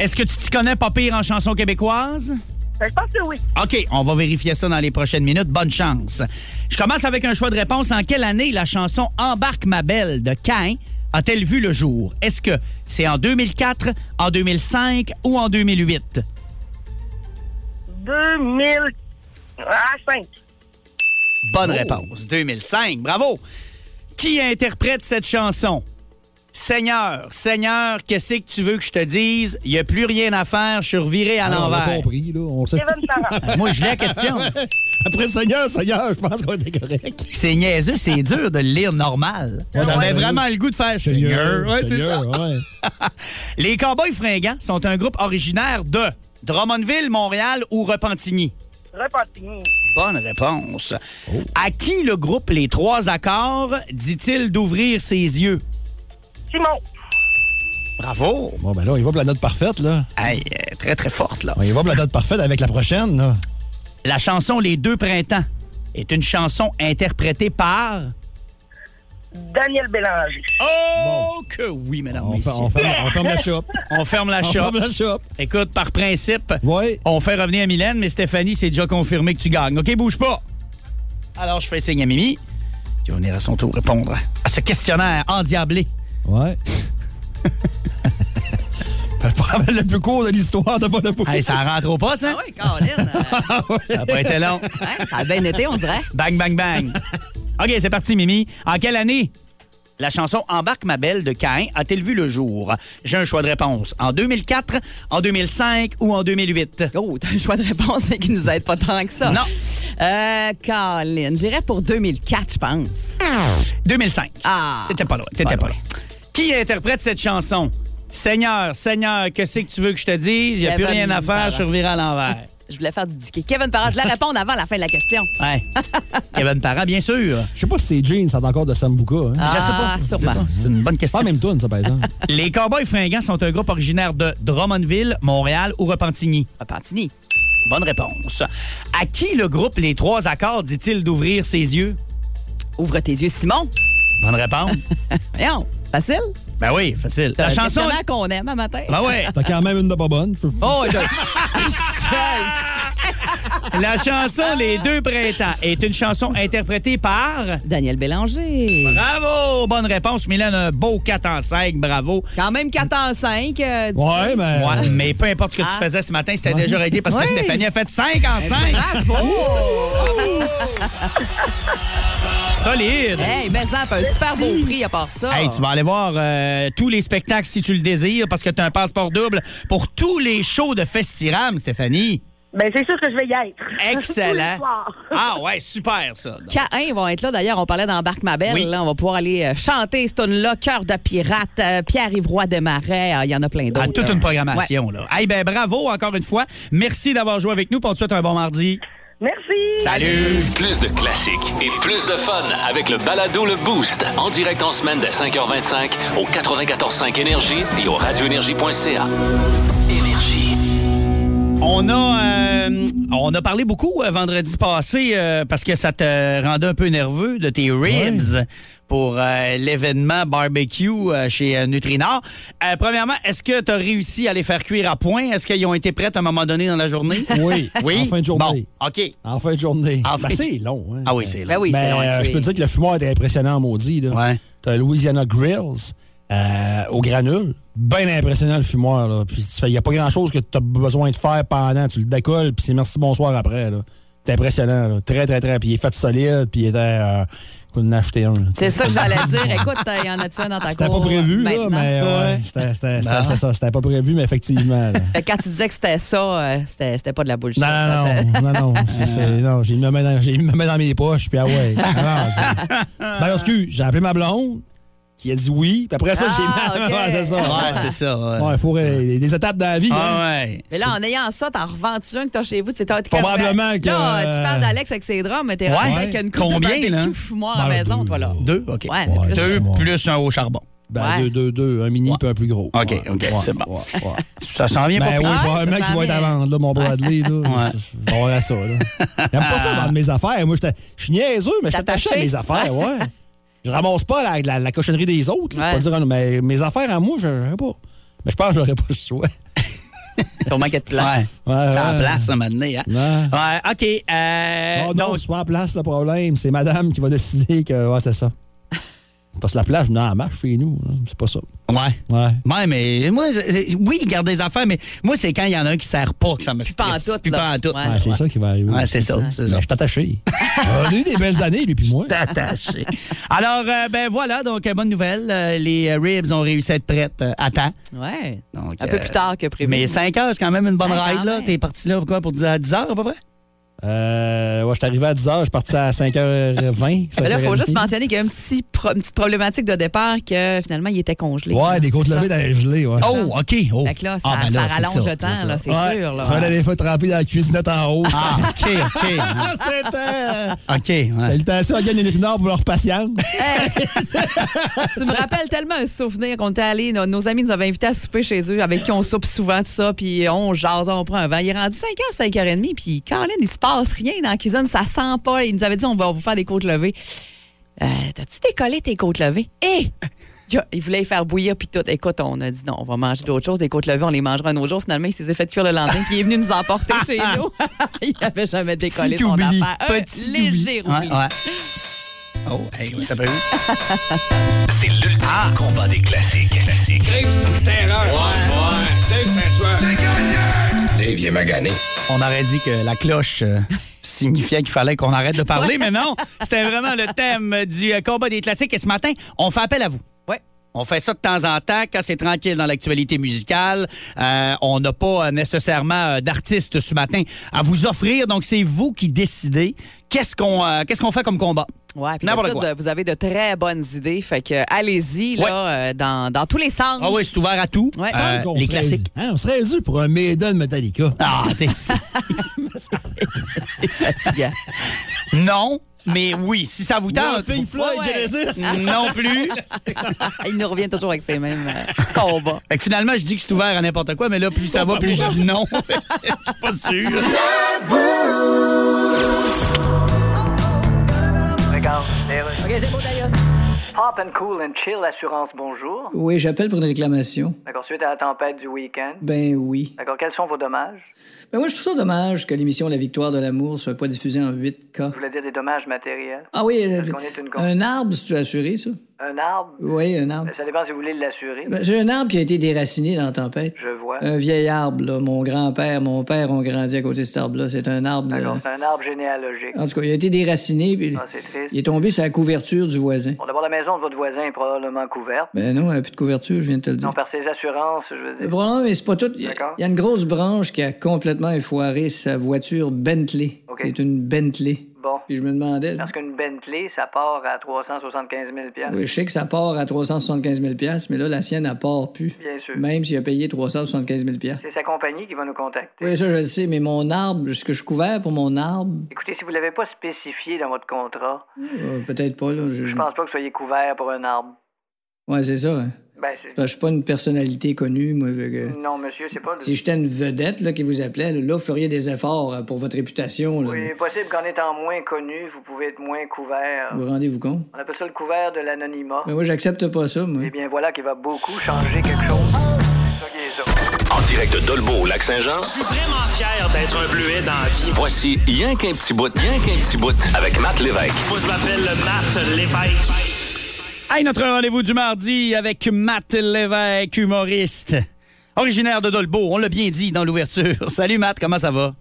Speaker 1: est-ce que tu t'y connais pas pire en chansons québécoises?
Speaker 8: Ben, je pense que oui.
Speaker 1: OK, on va vérifier ça dans les prochaines minutes. Bonne chance. Je commence avec un choix de réponse. En quelle année la chanson Embarque ma belle de Cain a-t-elle vu le jour? Est-ce que c'est en 2004, en 2005 ou en 2008?
Speaker 8: 2000. Ah, 5.
Speaker 1: Bonne réponse. 2005, bravo. Qui interprète cette chanson? Seigneur, Seigneur, qu'est-ce que tu veux que je te dise? Il n'y a plus rien à faire, je suis reviré à
Speaker 4: On
Speaker 1: l'envers.
Speaker 4: a compris, là. On sait.
Speaker 8: Kevin Parent.
Speaker 1: Moi, je l'ai la question.
Speaker 4: Après Seigneur, Seigneur, je pense qu'on était correct.
Speaker 1: C'est niaiseux, c'est dur de le lire normal. On avait
Speaker 4: ouais.
Speaker 1: vraiment le goût de faire Seigneur. Ouais, c'est ça.
Speaker 4: Seigneur, ouais.
Speaker 1: Les Cowboys fringants sont un groupe originaire de Drummondville, Montréal ou Repentigny.
Speaker 8: Repentigny.
Speaker 1: Bonne réponse.
Speaker 4: Oh.
Speaker 1: À qui le groupe Les Trois Accords dit-il d'ouvrir ses yeux?
Speaker 8: Simon.
Speaker 1: Bravo.
Speaker 4: Bon, ben là, on y va pour la note parfaite, là.
Speaker 1: Hey, euh, très, très forte, là.
Speaker 4: On y va pour la note parfaite avec la prochaine, là.
Speaker 1: La chanson Les Deux Printemps est une chanson interprétée par...
Speaker 8: Daniel Bélanger.
Speaker 1: Oh, que oui, mesdames,
Speaker 4: On,
Speaker 1: messieurs.
Speaker 4: fer- on ferme, on ferme la shop.
Speaker 1: On ferme la
Speaker 4: On
Speaker 1: shop.
Speaker 4: ferme la shop.
Speaker 1: Écoute, par principe,
Speaker 4: Oui.
Speaker 1: on fait revenir Mylène, mais Stéphanie, c'est déjà confirmé que tu gagnes. OK, bouge pas. Alors, je fais signe à Mimi, qui va venir à son tour répondre à ce questionnaire endiablé.
Speaker 4: Ouais. Le problème le plus court de l'histoire de Bonne Pouce.
Speaker 1: Hey, ça rentre au pas, ça?
Speaker 2: Oui, Caroline.
Speaker 1: euh, Ça n'a pas été long.
Speaker 2: ça a bien été, on dirait.
Speaker 1: Bang, bang, bang. OK, c'est parti, Mimi. En quelle année la chanson Embarque ma belle de Caïn a-t-elle vu le jour? J'ai un choix de réponse. En 2004, en 2005 ou en 2008?
Speaker 2: Oh, t'as un choix de réponse, mais qui nous aide pas tant que ça.
Speaker 1: Non.
Speaker 2: Euh, Caroline, j'irais pour 2004, je pense.
Speaker 1: 2005.
Speaker 2: Ah.
Speaker 1: T'étais pas loin, t'étais pas loin. Qui interprète cette chanson? Seigneur, Seigneur, que c'est que tu veux que je te dise? Il n'y a
Speaker 2: Kevin
Speaker 1: plus rien à faire,
Speaker 2: Parent.
Speaker 1: je revirai à l'envers.
Speaker 2: Je voulais faire du diquet. Kevin Parent, je la réponds avant la fin de la question.
Speaker 1: Ouais. Kevin Parent, bien sûr.
Speaker 3: Je sais pas si c'est jeans, ça encore de Sambuca. Hein?
Speaker 1: Je sais
Speaker 2: Ah,
Speaker 1: pas. Je sais
Speaker 2: sûrement. Ah,
Speaker 1: pas. C'est une bonne question.
Speaker 3: Pas la même tune, ça, par exemple.
Speaker 1: Les Cowboys fringants sont un groupe originaire de Drummondville, Montréal ou Repentigny.
Speaker 2: Repentigny.
Speaker 1: Bonne réponse. À qui le groupe Les Trois Accords dit-il d'ouvrir ses yeux?
Speaker 2: Ouvre tes yeux, Simon.
Speaker 1: Bonne réponse.
Speaker 2: Voyons, facile.
Speaker 1: ben oui, facile. La
Speaker 2: Un
Speaker 1: chanson...
Speaker 2: questionnaire qu'on aime à matin.
Speaker 1: Ben ouais.
Speaker 3: T'as quand même une de pas bonne. Je-
Speaker 2: Oh, je-
Speaker 1: La chanson Les Deux Printemps est une chanson interprétée par...
Speaker 2: Daniel Bélanger.
Speaker 1: Bravo! Bonne réponse, Mylène. Un beau 4 en 5. Bravo.
Speaker 2: Quand même 4 en euh, 5.
Speaker 3: Ouais, mais.
Speaker 1: Ouais, mais peu importe ce que
Speaker 2: Ah.
Speaker 1: tu faisais ce matin, c'était déjà réglé parce que
Speaker 2: Oui.
Speaker 1: Stéphanie a fait 5 en 5.
Speaker 2: Bravo!
Speaker 1: Solide.
Speaker 2: Hey, mais ça fait un super beau prix à part ça.
Speaker 1: Hey, tu vas aller voir euh, tous les spectacles si tu le désires parce que tu as un passeport double pour tous les shows de Festiram, Stéphanie.
Speaker 9: Ben, c'est sûr que je vais y être. Tous les
Speaker 1: Excellent.
Speaker 9: soirs.
Speaker 1: Ah ouais, super ça. Donc,
Speaker 2: K1 vont être là. D'ailleurs, on parlait d'Embarque ma belle.
Speaker 1: Oui.
Speaker 2: Là, on va pouvoir aller euh, chanter ce tune-là, Cœur de pirate, euh, Pierre-Yves Roy de Marais. Ah, Il y en a plein d'autres.
Speaker 1: à toute
Speaker 2: là.
Speaker 1: une programmation là. Hey ben bravo encore une fois. Merci d'avoir joué avec nous. Pour te souhaite un bon mardi.
Speaker 9: Merci.
Speaker 1: Salut.
Speaker 7: Plus de classiques et plus de fun avec le balado Le Boost. En direct en semaine dès 5h25 au 94.5 Énergie et au radioénergie.ca. Énergie.
Speaker 1: On a euh, on a parlé beaucoup euh, vendredi passé euh, parce que ça te rendait un peu nerveux de tes ribs pour euh, l'événement barbecue euh, chez euh, Nutrinor. Euh, premièrement, est-ce que tu as réussi à les faire cuire à point Est-ce qu'ils ont été prêts à un moment donné dans la journée
Speaker 3: Oui. En fin de journée.
Speaker 1: Bon, OK.
Speaker 3: En fin de journée.
Speaker 1: En
Speaker 3: Ben,
Speaker 1: fin-
Speaker 3: c'est long. Hein?
Speaker 1: Ah oui, c'est là.
Speaker 2: Ben oui,
Speaker 3: Mais
Speaker 2: c'est long à
Speaker 3: euh, je
Speaker 2: tuer.
Speaker 3: peux te dire que le fumoir était impressionnant en maudit. Là.
Speaker 1: Ouais.
Speaker 3: T'as Louisiana Grills euh, au granule. Bien impressionnant le fumoir. Là. Puis il n'y a pas grand-chose que tu as besoin de faire pendant. Tu le décolles, puis c'est merci, bonsoir après. Là. C'est impressionnant. là. Très, très, très. Puis il est fait solide, puis il était. Euh, qu'on en a acheté un. là.
Speaker 2: C'est ça que j'allais dire. Écoute, il y en a-tu un dans ta cour? euh,
Speaker 3: C'était pas prévu, là,
Speaker 2: maintenant?
Speaker 3: mais ouais, c'était- c'était- c'était c'est ça. C'était pas prévu, mais effectivement. là.
Speaker 2: Fait que Quand tu disais que c'était ça, euh, c'était c'était pas de la bullshit.
Speaker 3: Non, non, non, non, non, c'est- c'est- non, j'ai mis ma main dans, j'ai mis ma main dans mes poches, puis ah ouais. Non, non, c'est- ben, excuse, j'ai appelé ma blonde, qui a dit oui, puis après ça,
Speaker 2: Ah,
Speaker 3: j'ai mis
Speaker 2: ok.
Speaker 3: ouais, c'est ça.
Speaker 1: Ouais, c'est ça. ouais.
Speaker 3: Ouais, faut euh, des, des étapes dans la vie. hein.
Speaker 1: Ah ouais.
Speaker 2: Mais là, en ayant ça, t'en revends-tu un que t'as chez vous? C'est
Speaker 3: Probablement que-
Speaker 2: Là, tu parles d'Alex avec ses drames, mais t'es
Speaker 1: Ouais.
Speaker 2: rendu avec une coupe
Speaker 1: Combien,
Speaker 2: de
Speaker 1: là?
Speaker 2: barbecue fumoir à la
Speaker 3: Ben,
Speaker 2: maison,
Speaker 3: deux,
Speaker 2: toi, là.
Speaker 3: là.
Speaker 1: Deux, OK.
Speaker 2: Ouais,
Speaker 3: Ouais,
Speaker 2: plus-
Speaker 1: Deux
Speaker 3: Ouais.
Speaker 1: plus un au charbon.
Speaker 3: Ben,
Speaker 2: Ouais.
Speaker 3: deux, deux, deux, un mini puis un plus gros.
Speaker 1: OK,
Speaker 3: Ouais,
Speaker 1: OK,
Speaker 3: ouais,
Speaker 1: c'est bon.
Speaker 3: ouais, ouais.
Speaker 1: Ça s'en vient
Speaker 3: Ben oui,
Speaker 1: pas
Speaker 2: pire.
Speaker 3: probablement
Speaker 2: Ça
Speaker 3: qu'il va être
Speaker 2: s'en
Speaker 3: à
Speaker 2: vient.
Speaker 3: vendre, là, mon Bradley. Là.
Speaker 1: Ouais.
Speaker 3: On va à ça. là. J'aime pas ça vendre mes affaires. Moi, j'étais- je suis niaiseux, mais je suis attaché à
Speaker 2: T'attaché.
Speaker 3: mes affaires, ouais. Je ramasse pas la, la- la cochonnerie des autres. là,
Speaker 2: Ouais.
Speaker 3: pour dire, ah, mais mes affaires à moi, je je sais pas. Mais je pense que j'aurais pas le choix.
Speaker 2: Euh, Sûrement qu'il y a de place.
Speaker 1: Ouais.
Speaker 3: Ouais,
Speaker 1: C'est en
Speaker 3: ouais.
Speaker 1: place, à un moment donné. Hein?
Speaker 3: Ouais.
Speaker 1: Ouais, OK. euh,
Speaker 3: Oh non,
Speaker 1: donc,
Speaker 3: c'est pas en place le problème. C'est madame qui va décider que ouais, c'est ça. Parce que la plage, non, elle marche chez nous. hein. C'est pas ça.
Speaker 1: ouais.
Speaker 3: Ouais.
Speaker 1: Ouais, mais moi, c'est- c'est- oui, il garde des affaires, mais moi, c'est quand il y en a un qui sert pas que ça me stresse.
Speaker 2: pantoute,
Speaker 1: Puis
Speaker 2: là.
Speaker 1: pas en tout.
Speaker 2: Ouais.
Speaker 3: Ouais, Ah, c'est ça qui va arriver.
Speaker 1: Ouais, c'est ça, c'est
Speaker 3: Mais
Speaker 1: ça.
Speaker 3: Je suis attaché. On a eu des belles années, lui puis moi.
Speaker 1: Attaché. Alors, euh, ben voilà, donc euh, bonne nouvelle. euh, les euh, ribs ont réussi à être prêtes euh, à temps.
Speaker 2: Ouais.
Speaker 1: Donc,
Speaker 2: Un peu
Speaker 1: euh,
Speaker 2: plus tard que prévu.
Speaker 1: Mais 5 heures, c'est quand même une bonne
Speaker 2: Ouais, quand
Speaker 1: ride, là.
Speaker 2: même.
Speaker 1: T'es parti là, quoi, pour 10 à 10 heures, à peu près?
Speaker 3: Euh, ouais, je suis arrivé à 10h, je suis parti à 5h20.
Speaker 2: Mais là, il faut
Speaker 3: 5h30.
Speaker 2: juste mentionner qu'il y a un petit pro- une petite problématique de départ que finalement, il était congelé.
Speaker 3: Ouais, des côtes levées dans les gelées, ouais.
Speaker 1: Oh, OK. Oh.
Speaker 2: Fait que là, ça,
Speaker 1: Ah, ben là,
Speaker 2: ça
Speaker 1: c'est
Speaker 2: rallonge
Speaker 1: ça,
Speaker 2: le temps,
Speaker 1: c'est
Speaker 2: là,
Speaker 1: ça.
Speaker 2: c'est
Speaker 3: Ouais,
Speaker 2: sûr. Là.
Speaker 3: Fallait les faire tremper dans la cuisinette en haut.
Speaker 1: Ah, OK, OK.
Speaker 3: Ah, c'était...
Speaker 1: OK, ouais.
Speaker 3: Salutations à Gagne et Rinard pour leur patience.
Speaker 2: Hey! tu me rappelles tellement un souvenir qu'on était allé, nos, nos amis nous avaient invités à souper chez eux, avec qui on soupe souvent, tout ça, puis on jase, on prend un vent. Il est rendu 5 h 5h30, puis Caroline, il se passe rien dans la cuisine, ça sent pas. Il nous avait dit, on va vous faire des côtes levées. Euh, T'as-tu décollé tes côtes levées? Hé! Il a- Il voulait les faire bouillir, puis tout. Écoute, on a dit non, on va manger d'autres choses. Des côtes levées, on les mangera un autre jour. Finalement, il s'est fait cuire le lendemain, puis il est venu nous emporter chez nous. il n'avait jamais décollé
Speaker 1: Petit
Speaker 2: son
Speaker 1: oubli,
Speaker 2: affaire. Un
Speaker 1: petit
Speaker 2: léger
Speaker 1: oubli.
Speaker 2: oubli.
Speaker 1: Ouais, ouais. Oh, hey, t'as pas vu?
Speaker 7: C'est l'ultime combat des classiques. Classique.
Speaker 10: Dave, il est magané.
Speaker 1: On aurait dit que la cloche euh, signifiait qu'il fallait qu'on arrête de parler, mais non, c'était vraiment le thème du euh, combat des classiques. Et ce matin, on fait appel à vous.
Speaker 2: Ouais.
Speaker 1: On fait ça de temps en temps, quand c'est tranquille dans l'actualité musicale. Euh, on n'a pas euh, nécessairement euh, d'artistes ce matin à vous offrir, donc c'est vous qui décidez qu'est-ce qu'on euh, qu'est-ce qu'on fait comme combat.
Speaker 2: Ouais, puis
Speaker 1: N'importe
Speaker 2: d'habitude,
Speaker 1: quoi.
Speaker 2: euh, vous avez de très bonnes idées. Fait que euh, allez-y là, euh, dans, dans tous les sens.
Speaker 1: Ah oui, c'est ouvert à tout.
Speaker 2: Ouais.
Speaker 1: Euh,
Speaker 4: Qu'on
Speaker 1: les
Speaker 4: serait
Speaker 1: classiques.
Speaker 4: dû- hein, on serait dû pour un Maiden Metallica.
Speaker 1: Ah, t'es... non, mais oui, si ça vous
Speaker 4: Ou un
Speaker 1: tente.
Speaker 4: Pink Floyd
Speaker 2: Ouais.
Speaker 4: Genesis.
Speaker 1: Non plus.
Speaker 2: Ah, Il nous revient toujours avec ses mêmes euh, combats.
Speaker 1: Fait que finalement, je dis que c'est ouvert à n'importe quoi, mais là, plus ça va, plus je dis non. Je suis pas sûr.
Speaker 5: Regarde, les rues. Pop and cool and chill, assurance, bonjour.
Speaker 6: Oui, j'appelle pour une réclamation.
Speaker 5: D'accord, suite à la tempête du week-end.
Speaker 6: Ben oui.
Speaker 5: D'accord, quels sont vos dommages?
Speaker 6: Ben moi, je trouve ça dommage que l'émission La Victoire de l'amour soit pas diffusée en 8K.
Speaker 5: Je voulais dire des dommages matériels.
Speaker 6: Ah oui, euh,
Speaker 5: Parce qu'on est une con-
Speaker 6: un arbre, si tu as assuré ça.
Speaker 5: Un arbre?
Speaker 6: Oui, un arbre.
Speaker 5: Ben, Ça dépend si vous voulez l'assurer.
Speaker 6: Ben, euh, J'ai un arbre qui a été déraciné dans la tempête.
Speaker 5: Je vois.
Speaker 6: Un vieil arbre, là. Mon grand-père, mon père ont grandi à côté de cet arbre-là. C'est un arbre.
Speaker 5: D'accord,
Speaker 6: euh,
Speaker 5: c'est un arbre généalogique.
Speaker 6: En tout cas, il a été déraciné, puis
Speaker 5: Ah, c'est triste.
Speaker 6: il est tombé sur la couverture du voisin.
Speaker 5: Bon, d'abord, la maison de votre voisin est probablement couverte.
Speaker 6: Ben non, il n'y a plus de couverture, je viens de te le dire.
Speaker 5: Non, par ses assurances, je veux
Speaker 6: Le
Speaker 5: dire.
Speaker 6: problème, mais c'est pas tout. Il y, a-
Speaker 5: D'accord.
Speaker 6: il y a une grosse branche qui a complètement effoiré sa voiture Bentley.
Speaker 5: OK.
Speaker 6: C'est une Bentley.
Speaker 5: Bon,
Speaker 6: Puis je me demandais.
Speaker 5: parce qu'une Bentley, ça part à 375 000
Speaker 6: Oui, je sais que ça part à 375 000 mais là, la sienne, elle part plus.
Speaker 5: Bien sûr.
Speaker 6: Même s'il a payé 375 000
Speaker 5: C'est sa compagnie qui va nous contacter.
Speaker 6: Oui, ça, je le sais, mais mon arbre, ce que je couvert pour mon arbre,
Speaker 5: Écoutez, si vous ne l'avez pas spécifié dans votre contrat,
Speaker 6: euh, peut-être pas, là. Je...
Speaker 5: je pense pas que vous soyez couvert pour un arbre.
Speaker 6: Ouais, c'est ça. hein.
Speaker 5: Ben, c'est-
Speaker 6: Parce que Je suis pas une personnalité connue, moi. fait que-
Speaker 5: Non, monsieur, c'est pas...
Speaker 6: Si j'étais une vedette là, qui vous appelait, là, vous feriez des efforts euh, pour votre réputation. Là,
Speaker 5: Oui, il est possible qu'en étant moins connu, vous pouvez être moins couvert.
Speaker 6: Vous vous rendez-vous compte?
Speaker 5: On appelle ça le couvert de l'anonymat.
Speaker 6: Mais moi, j'accepte pas ça, moi.
Speaker 5: Eh bien, voilà qui va beaucoup changer quelque chose. C'est ça qui est ça.
Speaker 7: En direct de Dolbeau au lac Saint-Jean,
Speaker 11: suis vraiment fier d'être un bleuet dans la vie.
Speaker 7: voici Rien qu'un petit bout, rien qu'un petit bout avec Matt Lévesque.
Speaker 11: Moi, je m'appelle Matt Lévesque.
Speaker 1: Hey, notre rendez-vous du mardi avec Matt Lévesque, humoriste. Originaire de Dolbeau, on l'a bien dit dans l'ouverture. Salut Matt, comment ça va?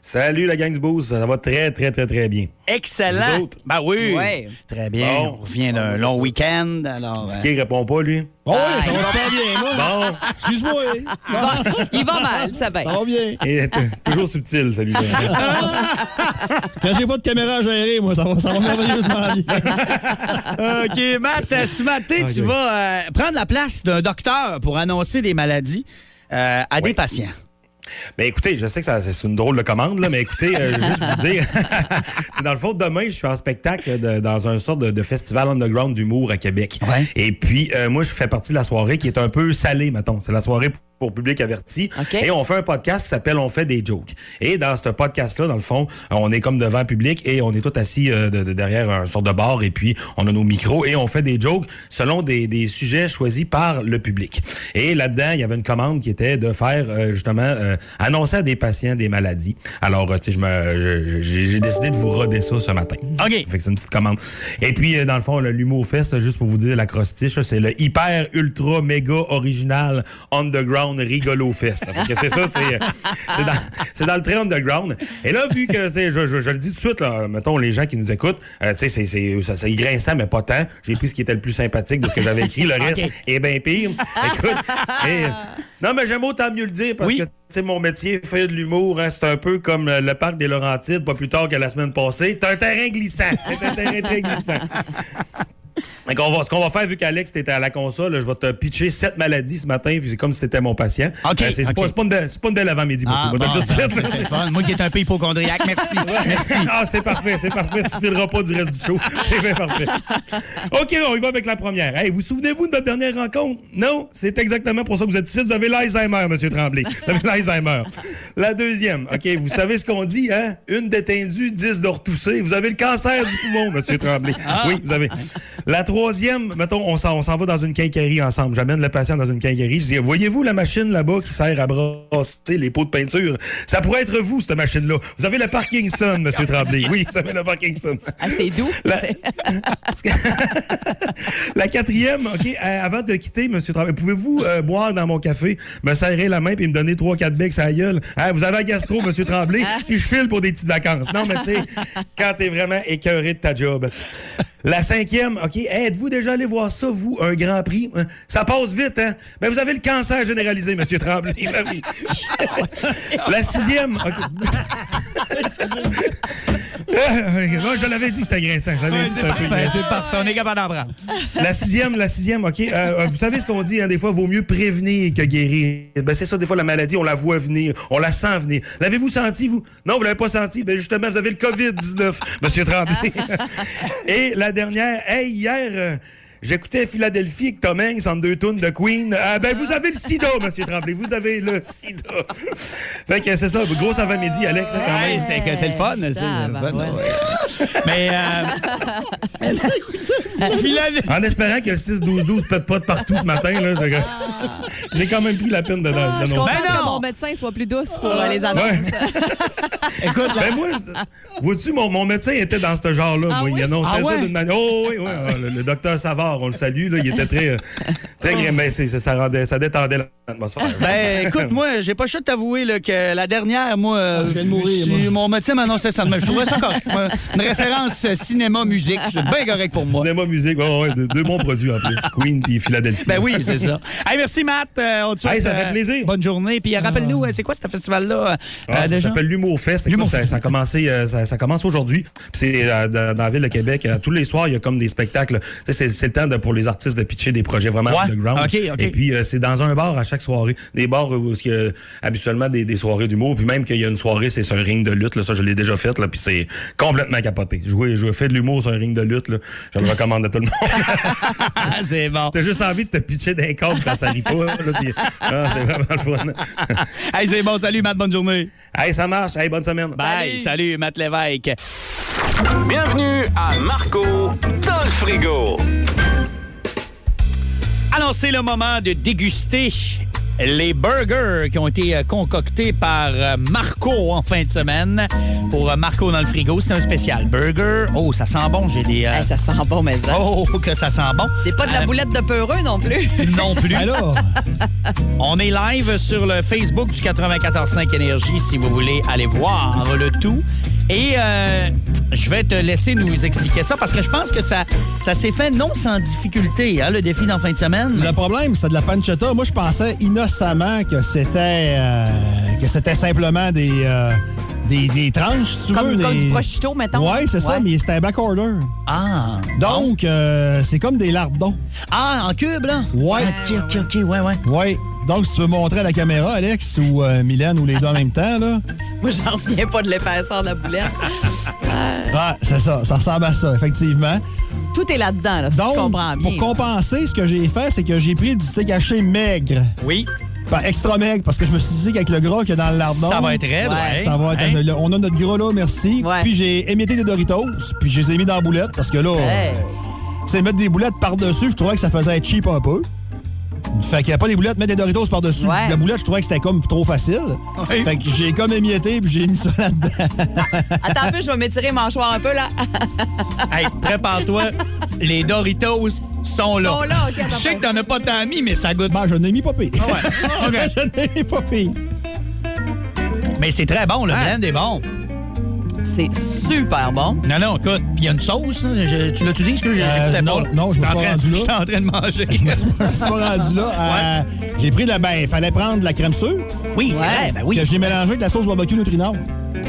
Speaker 3: Salut la gang du boost, ça va très très très très bien.
Speaker 1: Excellent.
Speaker 3: Vous autres?
Speaker 1: Ben oui.
Speaker 2: Ouais.
Speaker 1: Très bien.
Speaker 3: Bon.
Speaker 1: On revient d'un long week-end. Alors, euh,
Speaker 3: Qui répond pas lui
Speaker 4: Oh, oui, ça va super bien, moi.
Speaker 3: Bon,
Speaker 4: Excuse-moi. hein.
Speaker 2: Il va mal, ça va.
Speaker 4: Ça va bien.
Speaker 3: et t- toujours subtil celui-là.
Speaker 4: Quand j'ai pas de caméra à gérer, moi, ça va, ça va merveilleusement bien.
Speaker 1: OK, Matt, euh, ce matin, tu vas euh, prendre la place d'un docteur pour annoncer des maladies euh, à des patients.
Speaker 3: Ben écoutez, je sais que ça- c'est une drôle de commande là, mais écoutez, euh, juste vous dire, dans le fond demain, je suis en spectacle de- dans un sorte de, de festival underground d'humour à Québec.
Speaker 1: Ouais.
Speaker 3: Et puis euh, moi, je fais partie de la soirée qui est un peu salée, mettons. C'est la soirée pour public averti.
Speaker 2: OK.
Speaker 3: Et on fait un podcast qui s'appelle On fait des jokes. Et dans ce podcast-là, dans le fond, euh, on est comme devant public et on est tous assis euh, de- de- derrière un sorte de bar et puis on a nos micros et on fait des jokes selon des, des sujets choisis par le public. Et là-dedans, il y avait une commande qui était de faire euh, justement euh, annoncer à des patients des maladies. Alors, euh, tu sais, je me- je- je- j'ai j'ai décidé de vous roder ça ce matin.
Speaker 1: OK.
Speaker 3: Fait que c'est une petite commande. Et puis, euh, dans le fond, le l'humour fest, là, juste pour vous dire la crostiche, là, c'est le hyper, ultra, méga original underground rigolo fest. Ça fait que c'est ça, c'est, euh, c'est, dans, c'est dans le trait underground. Et là, vu que, tu sais, je, je- je le dis tout de suite, là, mettons, les gens qui nous écoutent, euh, tu sais, c'est, c'est, ça, c'est grinçant, mais pas tant. J'ai pris ce qui était le plus sympathique de ce que j'avais écrit. Le reste est bien pire. Écoute, et, euh, non, mais j'aime autant mieux le dire parce
Speaker 1: Oui.
Speaker 3: que tu sais, mon métier, faire de l'humour, hein, c'est un peu comme euh, le parc des Laurentides, pas plus tard que la semaine passée. C'est un terrain glissant. C'est un terrain très glissant. Fait qu'on va- ce qu'on va faire, vu qu'Alex était à la console, là, je vais te pitcher sept maladies ce matin, puis c'est comme si c'était mon patient. Euh,
Speaker 1: OK,
Speaker 3: c'est c'est
Speaker 1: OK.
Speaker 3: pas, c'est pas une belle, c'est pas une belle avant-midi.
Speaker 1: Ah,
Speaker 3: beaucoup. Moi, je
Speaker 1: bon,
Speaker 3: te le dis tout de
Speaker 1: ben,
Speaker 3: suite,
Speaker 1: c'est
Speaker 3: là.
Speaker 1: le fun. Moi qui est un peu hypochondriaque, merci. merci.
Speaker 3: Ah, c'est parfait, c'est parfait. Tu fileras pas du reste du show. C'est bien parfait. OK, on y va avec la première. Hey, vous souvenez-vous de notre dernière rencontre? Non? C'est exactement pour ça que vous êtes ici. Vous avez l'Alzheimer, M. Tremblay. Vous avez l'Alzheimer. La deuxième. OK, vous savez ce qu'on dit, hein? Une d'étendue, dix de retoussée. Vous avez le cancer du poumon, M. Tremblay.
Speaker 2: Ah.
Speaker 3: Oui, vous avez. La troisième, mettons, on s'en on s'en va dans une quincaillerie ensemble. J'amène le patient dans une quincaillerie. Je dis, voyez-vous la machine là-bas qui sert à brasser les pots de peinture? Ça pourrait être vous, cette machine-là. Vous avez le Parkinson, M. Tremblay. Oui, vous avez le Parkinson.
Speaker 2: Ah, c'est doux.
Speaker 3: La-
Speaker 2: C'est-
Speaker 3: La quatrième, OK, euh, avant de quitter, M. Tremblay, pouvez-vous euh, boire dans mon café, me serrer la main puis me donner trois, quatre becs à la gueule? Hein, vous avez un gastro, M. Tremblay, puis je file pour des petites vacances. Non, mais tu sais, quand t'es vraiment écœuré de ta job. La cinquième, OK, hey, êtes-vous déjà allé voir ça, vous, un grand prix? Hein? Ça passe vite, hein? Mais vous avez le cancer généralisé, M. Tremblay. Ben oui. La sixième, OK. non, je l'avais dit que c'était grinçant. Je l'avais
Speaker 12: Ouais,
Speaker 3: dit
Speaker 12: c'est
Speaker 3: c'était un peu
Speaker 12: parfait,
Speaker 3: grinçant.
Speaker 12: c'est parfait. On est capable d'en prendre.
Speaker 3: La sixième, la sixième, OK. Euh, vous savez ce qu'on dit, hein, des fois, vaut mieux prévenir que guérir. Ben, c'est ça, des fois, la maladie, on la voit venir, on la sent venir. L'avez-vous senti, vous? Non, vous l'avez pas senti. Ben, justement, vous avez le COVID-19, Monsieur Tremblay. Et la dernière, hey, hier, euh, j'écoutais Philadelphie avec Tom Hanks en deux tunes de Queen. Ah, ben, vous avez le sida, Monsieur Tremblay. Vous avez le sida. fait que c'est ça, grosse avant-midi, Alex, hein,
Speaker 1: Ah
Speaker 3: quand même.
Speaker 12: c'est que c'est le fun. c'est- c'est le fun, ouais. Mais.
Speaker 1: Ah,
Speaker 12: euh, Philadelphie-
Speaker 3: En espérant que le 6-12-12 pète pas de partout ce matin, là. c'est que- J'ai quand même pris la peine de, de,
Speaker 2: Je suis contente
Speaker 3: d'annoncer.
Speaker 2: que mon médecin soit plus douce pour euh, les annonces.
Speaker 3: Ben Ouais.
Speaker 1: Ah,
Speaker 3: Écoute, ben moi, vois-tu, mon, mon médecin était dans ce genre-là. moi, il annonçait
Speaker 12: Ah ouais?
Speaker 3: ça d'une manière. Oh, oui, oui. ah, le, le docteur Savard, on le salue, là, il était très. euh, très grim- ben, c'est- ça, rendait, ça détendait l'atmosphère.
Speaker 1: Ben, écoute, moi, j'ai pas le choix de t'avouer là, que la dernière, moi,
Speaker 3: Ah,
Speaker 1: euh, je suis- mon médecin m'annonçait ça. Mais Je trouvais ça correct. Moi, Une référence cinéma-musique, c'est bien correct pour moi.
Speaker 3: Cinéma, musique, ouais, ouais, deux, deux bons produits en plus. Queen puis Philadelphie.
Speaker 1: Ben oui, c'est ça. Hey, merci, Matt. Euh, on te souhaite,
Speaker 3: Hey, ça fait
Speaker 1: euh,
Speaker 3: plaisir.
Speaker 1: Bonne journée. Puis euh, rappelle-nous, euh, c'est quoi ce festival-là? euh,
Speaker 3: Ah,
Speaker 1: euh,
Speaker 3: ça
Speaker 1: déjà?
Speaker 3: s'appelle l'Humour Fest. Écoute, ça, ça a commencé, euh, ça, ça commence aujourd'hui. Puis C'est euh, dans, dans la ville de Québec. euh, tous les soirs, il y a comme des spectacles. Tu sais, C'est c'est le temps de- pour les artistes de pitcher des projets vraiment
Speaker 12: Ouais.
Speaker 3: underground.
Speaker 12: OK, OK.
Speaker 3: Et puis, euh, c'est dans un bar à chaque soirée. Des bars où il y a habituellement des, des soirées d'humour. Puis même qu'il y a une soirée, c'est sur un ring de lutte. Là, ça, je l'ai déjà fait. Là, puis c'est complètement capoté. Jouer, jouer, faire de l'humour sur un ring de lutte, là, je le recommande à tout le monde.
Speaker 1: Ah, c'est bon.
Speaker 3: T'as juste envie de te pitcher d'un cadre quand ça rit pas. là, puis- ah, c'est vraiment le fun.
Speaker 1: Hey, c'est bon. Salut, Matt. Bonne journée.
Speaker 3: Hey, ça marche. Hey, bonne semaine.
Speaker 1: Bye. Salut, Matt Lévesque.
Speaker 7: Bienvenue à Marco dans le frigo.
Speaker 1: Alors, c'est le moment de déguster les burgers qui ont été euh, concoctés par euh, Marco en fin de semaine. Pour euh, Marco dans le frigo, c'est un spécial burger. Oh, ça sent bon, j'ai des... euh,
Speaker 2: Hey, ça sent bon, mais ça.
Speaker 1: Oh, que ça sent bon. Euh,
Speaker 2: C'est pas de la boulette de peureux non plus.
Speaker 1: Non plus. On est live sur le Facebook du 94.5 Énergie si vous voulez aller voir le tout. Et euh, je vais te laisser nous expliquer ça parce que je pense que ça, ça s'est fait non sans difficulté, hein, le défi d'en fin de semaine.
Speaker 4: Le problème, c'est de la pancetta. Moi, je pensais innocemment que c'était euh, que c'était simplement des, euh, des, des tranches, si tu
Speaker 2: Comme-
Speaker 4: veux.
Speaker 2: comme
Speaker 4: des-
Speaker 2: du prosciutto, mettons.
Speaker 4: Ouais, c'est ça,
Speaker 2: Ouais.
Speaker 4: mais c'était un back order.
Speaker 1: Ah.
Speaker 4: Donc, euh, c'est comme des lardons.
Speaker 1: Ah, en cube, là?
Speaker 4: Ouais.
Speaker 1: OK, OK, Ah, OK, ouais, ouais.
Speaker 4: Ouais. Donc, si tu veux montrer à la caméra, Alex, ou euh, Mylène, ou les deux en même temps, là.
Speaker 2: Moi, j'en reviens pas de l'épaisseur de la boulette. Ah,
Speaker 4: Ah, c'est ça. Ça ressemble à ça, effectivement.
Speaker 2: tout est là-dedans, là, si je comprends bien.
Speaker 4: Pour compenser, ce que j'ai fait, c'est que j'ai pris du steak haché maigre.
Speaker 1: Oui.
Speaker 4: Pas extra maigre, parce que je me suis dit qu'avec le gras qu'il y a dans le lardon.
Speaker 1: Ça va être raide, Ah, ouais. Hein?
Speaker 4: Ça va être-
Speaker 1: Ouais.
Speaker 4: le- On a notre gras là, merci. Puis j'ai émietté des Doritos, puis je les ai mis dans la boulette, parce que là,
Speaker 12: Hey.
Speaker 4: euh, tu sais, mettre des boulettes par-dessus, je trouvais que ça faisait cheap un peu. Fait qu'il n'y a pas des boulettes, mettre des Doritos par-dessus. La boulette, je trouvais que c'était comme trop facile.
Speaker 12: Ouais.
Speaker 4: Fait que j'ai comme émietté, puis j'ai mis ça là-dedans.
Speaker 2: Attends un peu, je vais m'étirer mâchoire un peu, là. Ah,
Speaker 1: Hey, prépare-toi. les Doritos sont là.
Speaker 2: Sont là, OK,
Speaker 1: je sais que t'en as pas tant mis, mais ça goûte.
Speaker 4: Ben, je n'ai mis pas pire.
Speaker 1: je
Speaker 4: n'ai mis pas pire.
Speaker 1: Mais c'est très bon, le blend est bon.
Speaker 2: C'est super bon.
Speaker 1: Non, non, écoute, puis il y a une sauce, là. Je- tu l'as-tu dit, ce que j'ai
Speaker 4: Euh,
Speaker 1: j'écoutais
Speaker 4: non,
Speaker 1: pas, là.
Speaker 4: non, je me suis
Speaker 1: J'étais en
Speaker 4: pas
Speaker 1: train-
Speaker 4: rendu là.
Speaker 1: J'étais en train de manger.
Speaker 4: Je me suis pas- je me suis pas rendu là. Euh, j'ai pris de la. Ben, fallait prendre de la crème sûre.
Speaker 1: Oui, c'est vrai, ben oui.
Speaker 4: Que j'ai mélangé avec la sauce barbecue Nutrinor.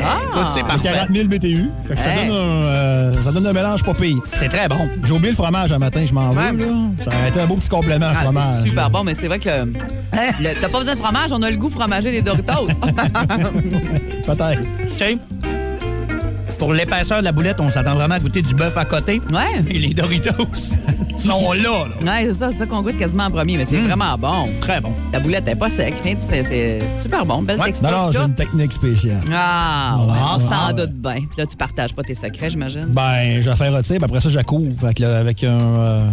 Speaker 1: Ah! Écoute, c'est
Speaker 4: De
Speaker 1: parfait.
Speaker 4: 40 000 BTU. Fait
Speaker 2: Ah,
Speaker 4: que ça,
Speaker 1: Hey.
Speaker 4: donne un, euh, ça donne un mélange pas pire.
Speaker 1: C'est très bon.
Speaker 4: J'ai oublié le fromage un matin, je m'en vais. là. Ça aurait été un beau petit complément, le
Speaker 2: Ah,
Speaker 4: fromage. Hein?
Speaker 2: c'est super bon, mais c'est vrai que le- t'as pas besoin de fromage, on a le goût fromager des Doritos.
Speaker 4: Peut-être.
Speaker 1: OK. Pour l'épaisseur de la boulette, on s'attend vraiment à goûter du bœuf à côté.
Speaker 2: Ouais.
Speaker 1: Et les Doritos sont là, là.
Speaker 2: Ouais, c'est ça, c'est ça qu'on goûte quasiment en premier, mais
Speaker 4: Hmm.
Speaker 2: c'est vraiment bon.
Speaker 1: Très bon.
Speaker 2: La boulette n'est pas sec, mais c'est- c'est super bon, belle texture.
Speaker 4: Non, non, j'ai une technique spéciale.
Speaker 2: Ah, ouais,
Speaker 4: Ah,
Speaker 2: on s'en
Speaker 4: ouais.
Speaker 2: doute bien. Puis là, tu partages pas tes secrets, j'imagine.
Speaker 4: Ben, je la fais retirer, puis après ça, je la couvre avec, le- avec un. euh,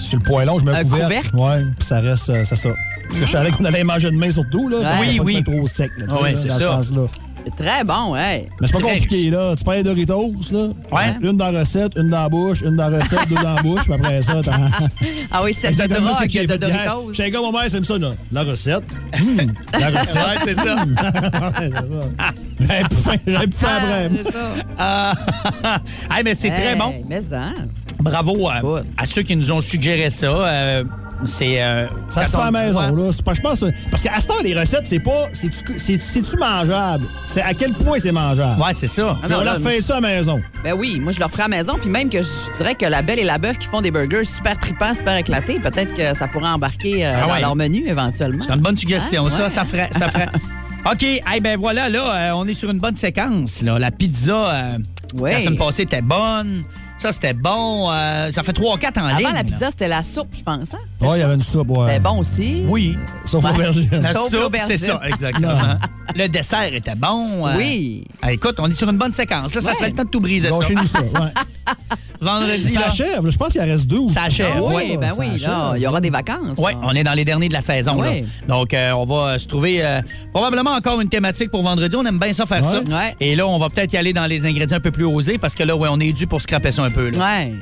Speaker 4: sur le poêlon, je mets
Speaker 2: Un
Speaker 4: un couvercle.
Speaker 2: couvercle?
Speaker 4: Ouais, puis ça reste, euh, c'est ça. Parce que je savais qu'on allait manger demain surtout, là.
Speaker 2: Ouais.
Speaker 4: Fait que
Speaker 2: Ah, Oui,
Speaker 4: pas que
Speaker 2: oui.
Speaker 4: c'est trop sec, là, tu sais,
Speaker 2: Ouais,
Speaker 4: là,
Speaker 2: c'est
Speaker 4: dans ce
Speaker 2: ça.
Speaker 4: sens-là.
Speaker 2: C'est Très bon, ouais.
Speaker 4: Mais c'est pas compliqué, là. Tu prends les Doritos, là. Une dans la recette, une dans la bouche, une dans la recette, deux dans la bouche, puis après ça, t'en.
Speaker 2: Ah oui, c'est de
Speaker 4: Exactement ce que
Speaker 2: drogue,
Speaker 4: j'ai
Speaker 2: de
Speaker 4: fait hier.
Speaker 2: Doritos.
Speaker 4: J'étais comme mon mère, c'est ça, là. La recette. Hum, la recette.
Speaker 1: Ouais, c'est ça.
Speaker 4: Ouais, c'est ça. J'avais plus faim, j'avais plus faim après.
Speaker 1: Ah, hey, mais c'est très
Speaker 2: Hey,
Speaker 1: bon.
Speaker 2: Mais hein. ça.
Speaker 1: Bravo à, à ceux qui nous ont suggéré ça. Euh, C'est. euh,
Speaker 4: Ça se fait
Speaker 1: quand
Speaker 4: à la
Speaker 1: on-
Speaker 4: maison,
Speaker 1: Ouais.
Speaker 4: là. C'est pas- Je pense. que- Parce qu'à ce temps, les recettes, c'est pas. C'est-tu c'est- c'est-tu mangeable? C'est à quel point c'est mangeable?
Speaker 1: Ouais, c'est ça.
Speaker 2: Ah
Speaker 4: Mais on leur fait ça à la maison.
Speaker 2: Ben oui, moi je leur ferai à la maison, puis même que je dirais que la belle et la bœuf qui font des burgers super tripants, super éclatés, peut-être que ça pourrait embarquer euh,
Speaker 1: Ah
Speaker 2: dans
Speaker 1: ouais.
Speaker 2: leur menu éventuellement.
Speaker 1: C'est une bonne suggestion,
Speaker 4: Ah,
Speaker 2: Hein?
Speaker 1: ça,
Speaker 2: Ouais.
Speaker 1: ça ferait. Ça ferait. OK, eh ben voilà, là, euh, on est sur une bonne séquence. Là. La pizza, euh,
Speaker 2: Ouais.
Speaker 1: la semaine passée, était bonne. Ça, c'était bon. Euh, ça fait 3-4 en ligne.
Speaker 2: Avant la
Speaker 1: là.
Speaker 2: pizza, c'était la soupe, je pense. Hein?
Speaker 4: Ouais, il y avait une soupe, ouais.
Speaker 2: C'était bon aussi.
Speaker 1: Oui.
Speaker 4: Sauf
Speaker 1: Ouais.
Speaker 4: aubergine.
Speaker 1: La
Speaker 2: Sauf
Speaker 1: soupe,
Speaker 2: l'aubergine.
Speaker 1: c'est ça, exactement. le dessert était bon.
Speaker 2: Oui.
Speaker 1: Ah, écoute, on est sur une bonne séquence. Là, ça
Speaker 2: Ouais.
Speaker 1: serait le temps de tout briser,
Speaker 4: Donc,
Speaker 1: ça. Ah,
Speaker 4: chez nous, ça. ouais.
Speaker 1: Vendredi,
Speaker 4: Ça
Speaker 1: là.
Speaker 4: achève. là. Je pense qu'il en reste deux ou
Speaker 1: Ça achève,
Speaker 4: trois,
Speaker 1: oui,
Speaker 4: là.
Speaker 1: ben
Speaker 4: Ça
Speaker 1: oui,
Speaker 4: achève.
Speaker 2: Ah, Il y aura des vacances.
Speaker 1: Oui, on est dans les derniers de la saison.
Speaker 2: Ouais.
Speaker 1: Là. Donc, euh, on va euh, se trouver euh, probablement encore une thématique pour vendredi. On aime bien ça faire ça.
Speaker 2: Ouais. Ouais.
Speaker 1: Et là, on va peut-être y aller dans les ingrédients un peu plus osés parce que là, ouais, on est dû pour scraper ça un peu. Là. Ah,
Speaker 2: Ouais.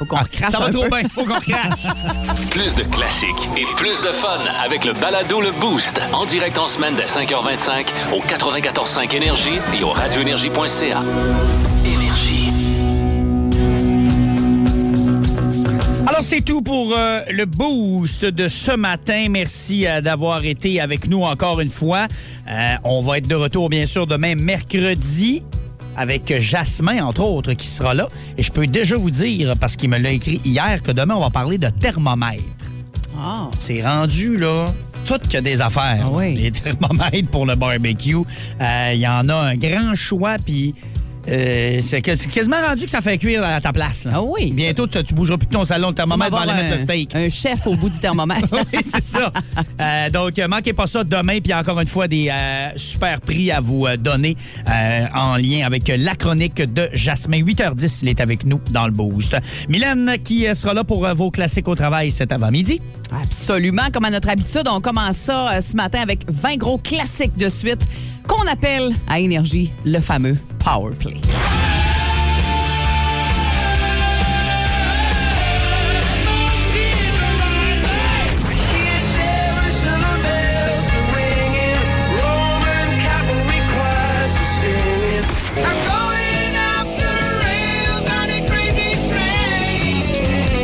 Speaker 2: Faut qu'on recrache
Speaker 1: Ça va
Speaker 2: un
Speaker 1: trop
Speaker 2: peu.
Speaker 1: bien. Faut qu'on crache.
Speaker 7: Plus de classiques et plus de fun avec le balado Le Boost. En direct en semaine dès 5h25 au 94.5 Énergie et au radioénergie.ca.
Speaker 1: Alors, c'est tout pour euh, le boost de ce matin. Merci euh, d'avoir été avec nous encore une fois. Euh, on va être de retour, bien sûr, demain, mercredi, avec Jasmin, entre autres, qui sera là. Et je peux déjà vous dire, parce qu'il me l'a écrit hier, que demain, on va parler de thermomètre.
Speaker 2: Ah.
Speaker 1: C'est rendu, là, tout que des affaires. Les thermomètres pour le barbecue. Euh, Il y en a un grand choix, puis euh, c'est que- c'est quasiment rendu que ça fait cuire à ta place. Ah
Speaker 2: oui.
Speaker 1: Bientôt, tu tu bougeras plus de ton salon, le
Speaker 2: On va
Speaker 1: thermomètre va
Speaker 2: avoir
Speaker 1: aller
Speaker 2: un,
Speaker 1: mettre le steak.
Speaker 2: un chef au bout du thermomètre.
Speaker 1: Oui, c'est ça. Euh, donc, euh, manquez pas ça demain. Puis encore une fois, des euh, super prix à vous euh, donner euh, en lien avec la chronique de Jasmin. 8h10, il est avec nous dans le Boost. Mylène qui euh, sera là pour euh, vos classiques au travail cet avant-midi.
Speaker 2: Absolument, comme à notre habitude, on commence ça euh, ce matin avec 20 gros classiques de suite qu'on appelle à Énergie le fameux Power Play.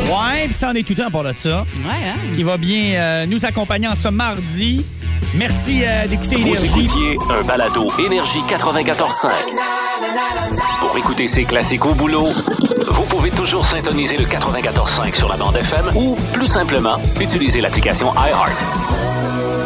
Speaker 1: Ouais, puis ça en est tout un pour de ça.
Speaker 2: Ouais, hein?
Speaker 1: Qui va bien euh, nous accompagner en ce mardi. Merci euh, d'écouter
Speaker 7: Vous
Speaker 1: Énergie.
Speaker 7: écoutiez un balado Énergie 94.5. Pour écouter ces classiques au boulot, vous pouvez toujours syntoniser le 94.5 sur la bande FM ou, plus simplement, utiliser l'application iHeart.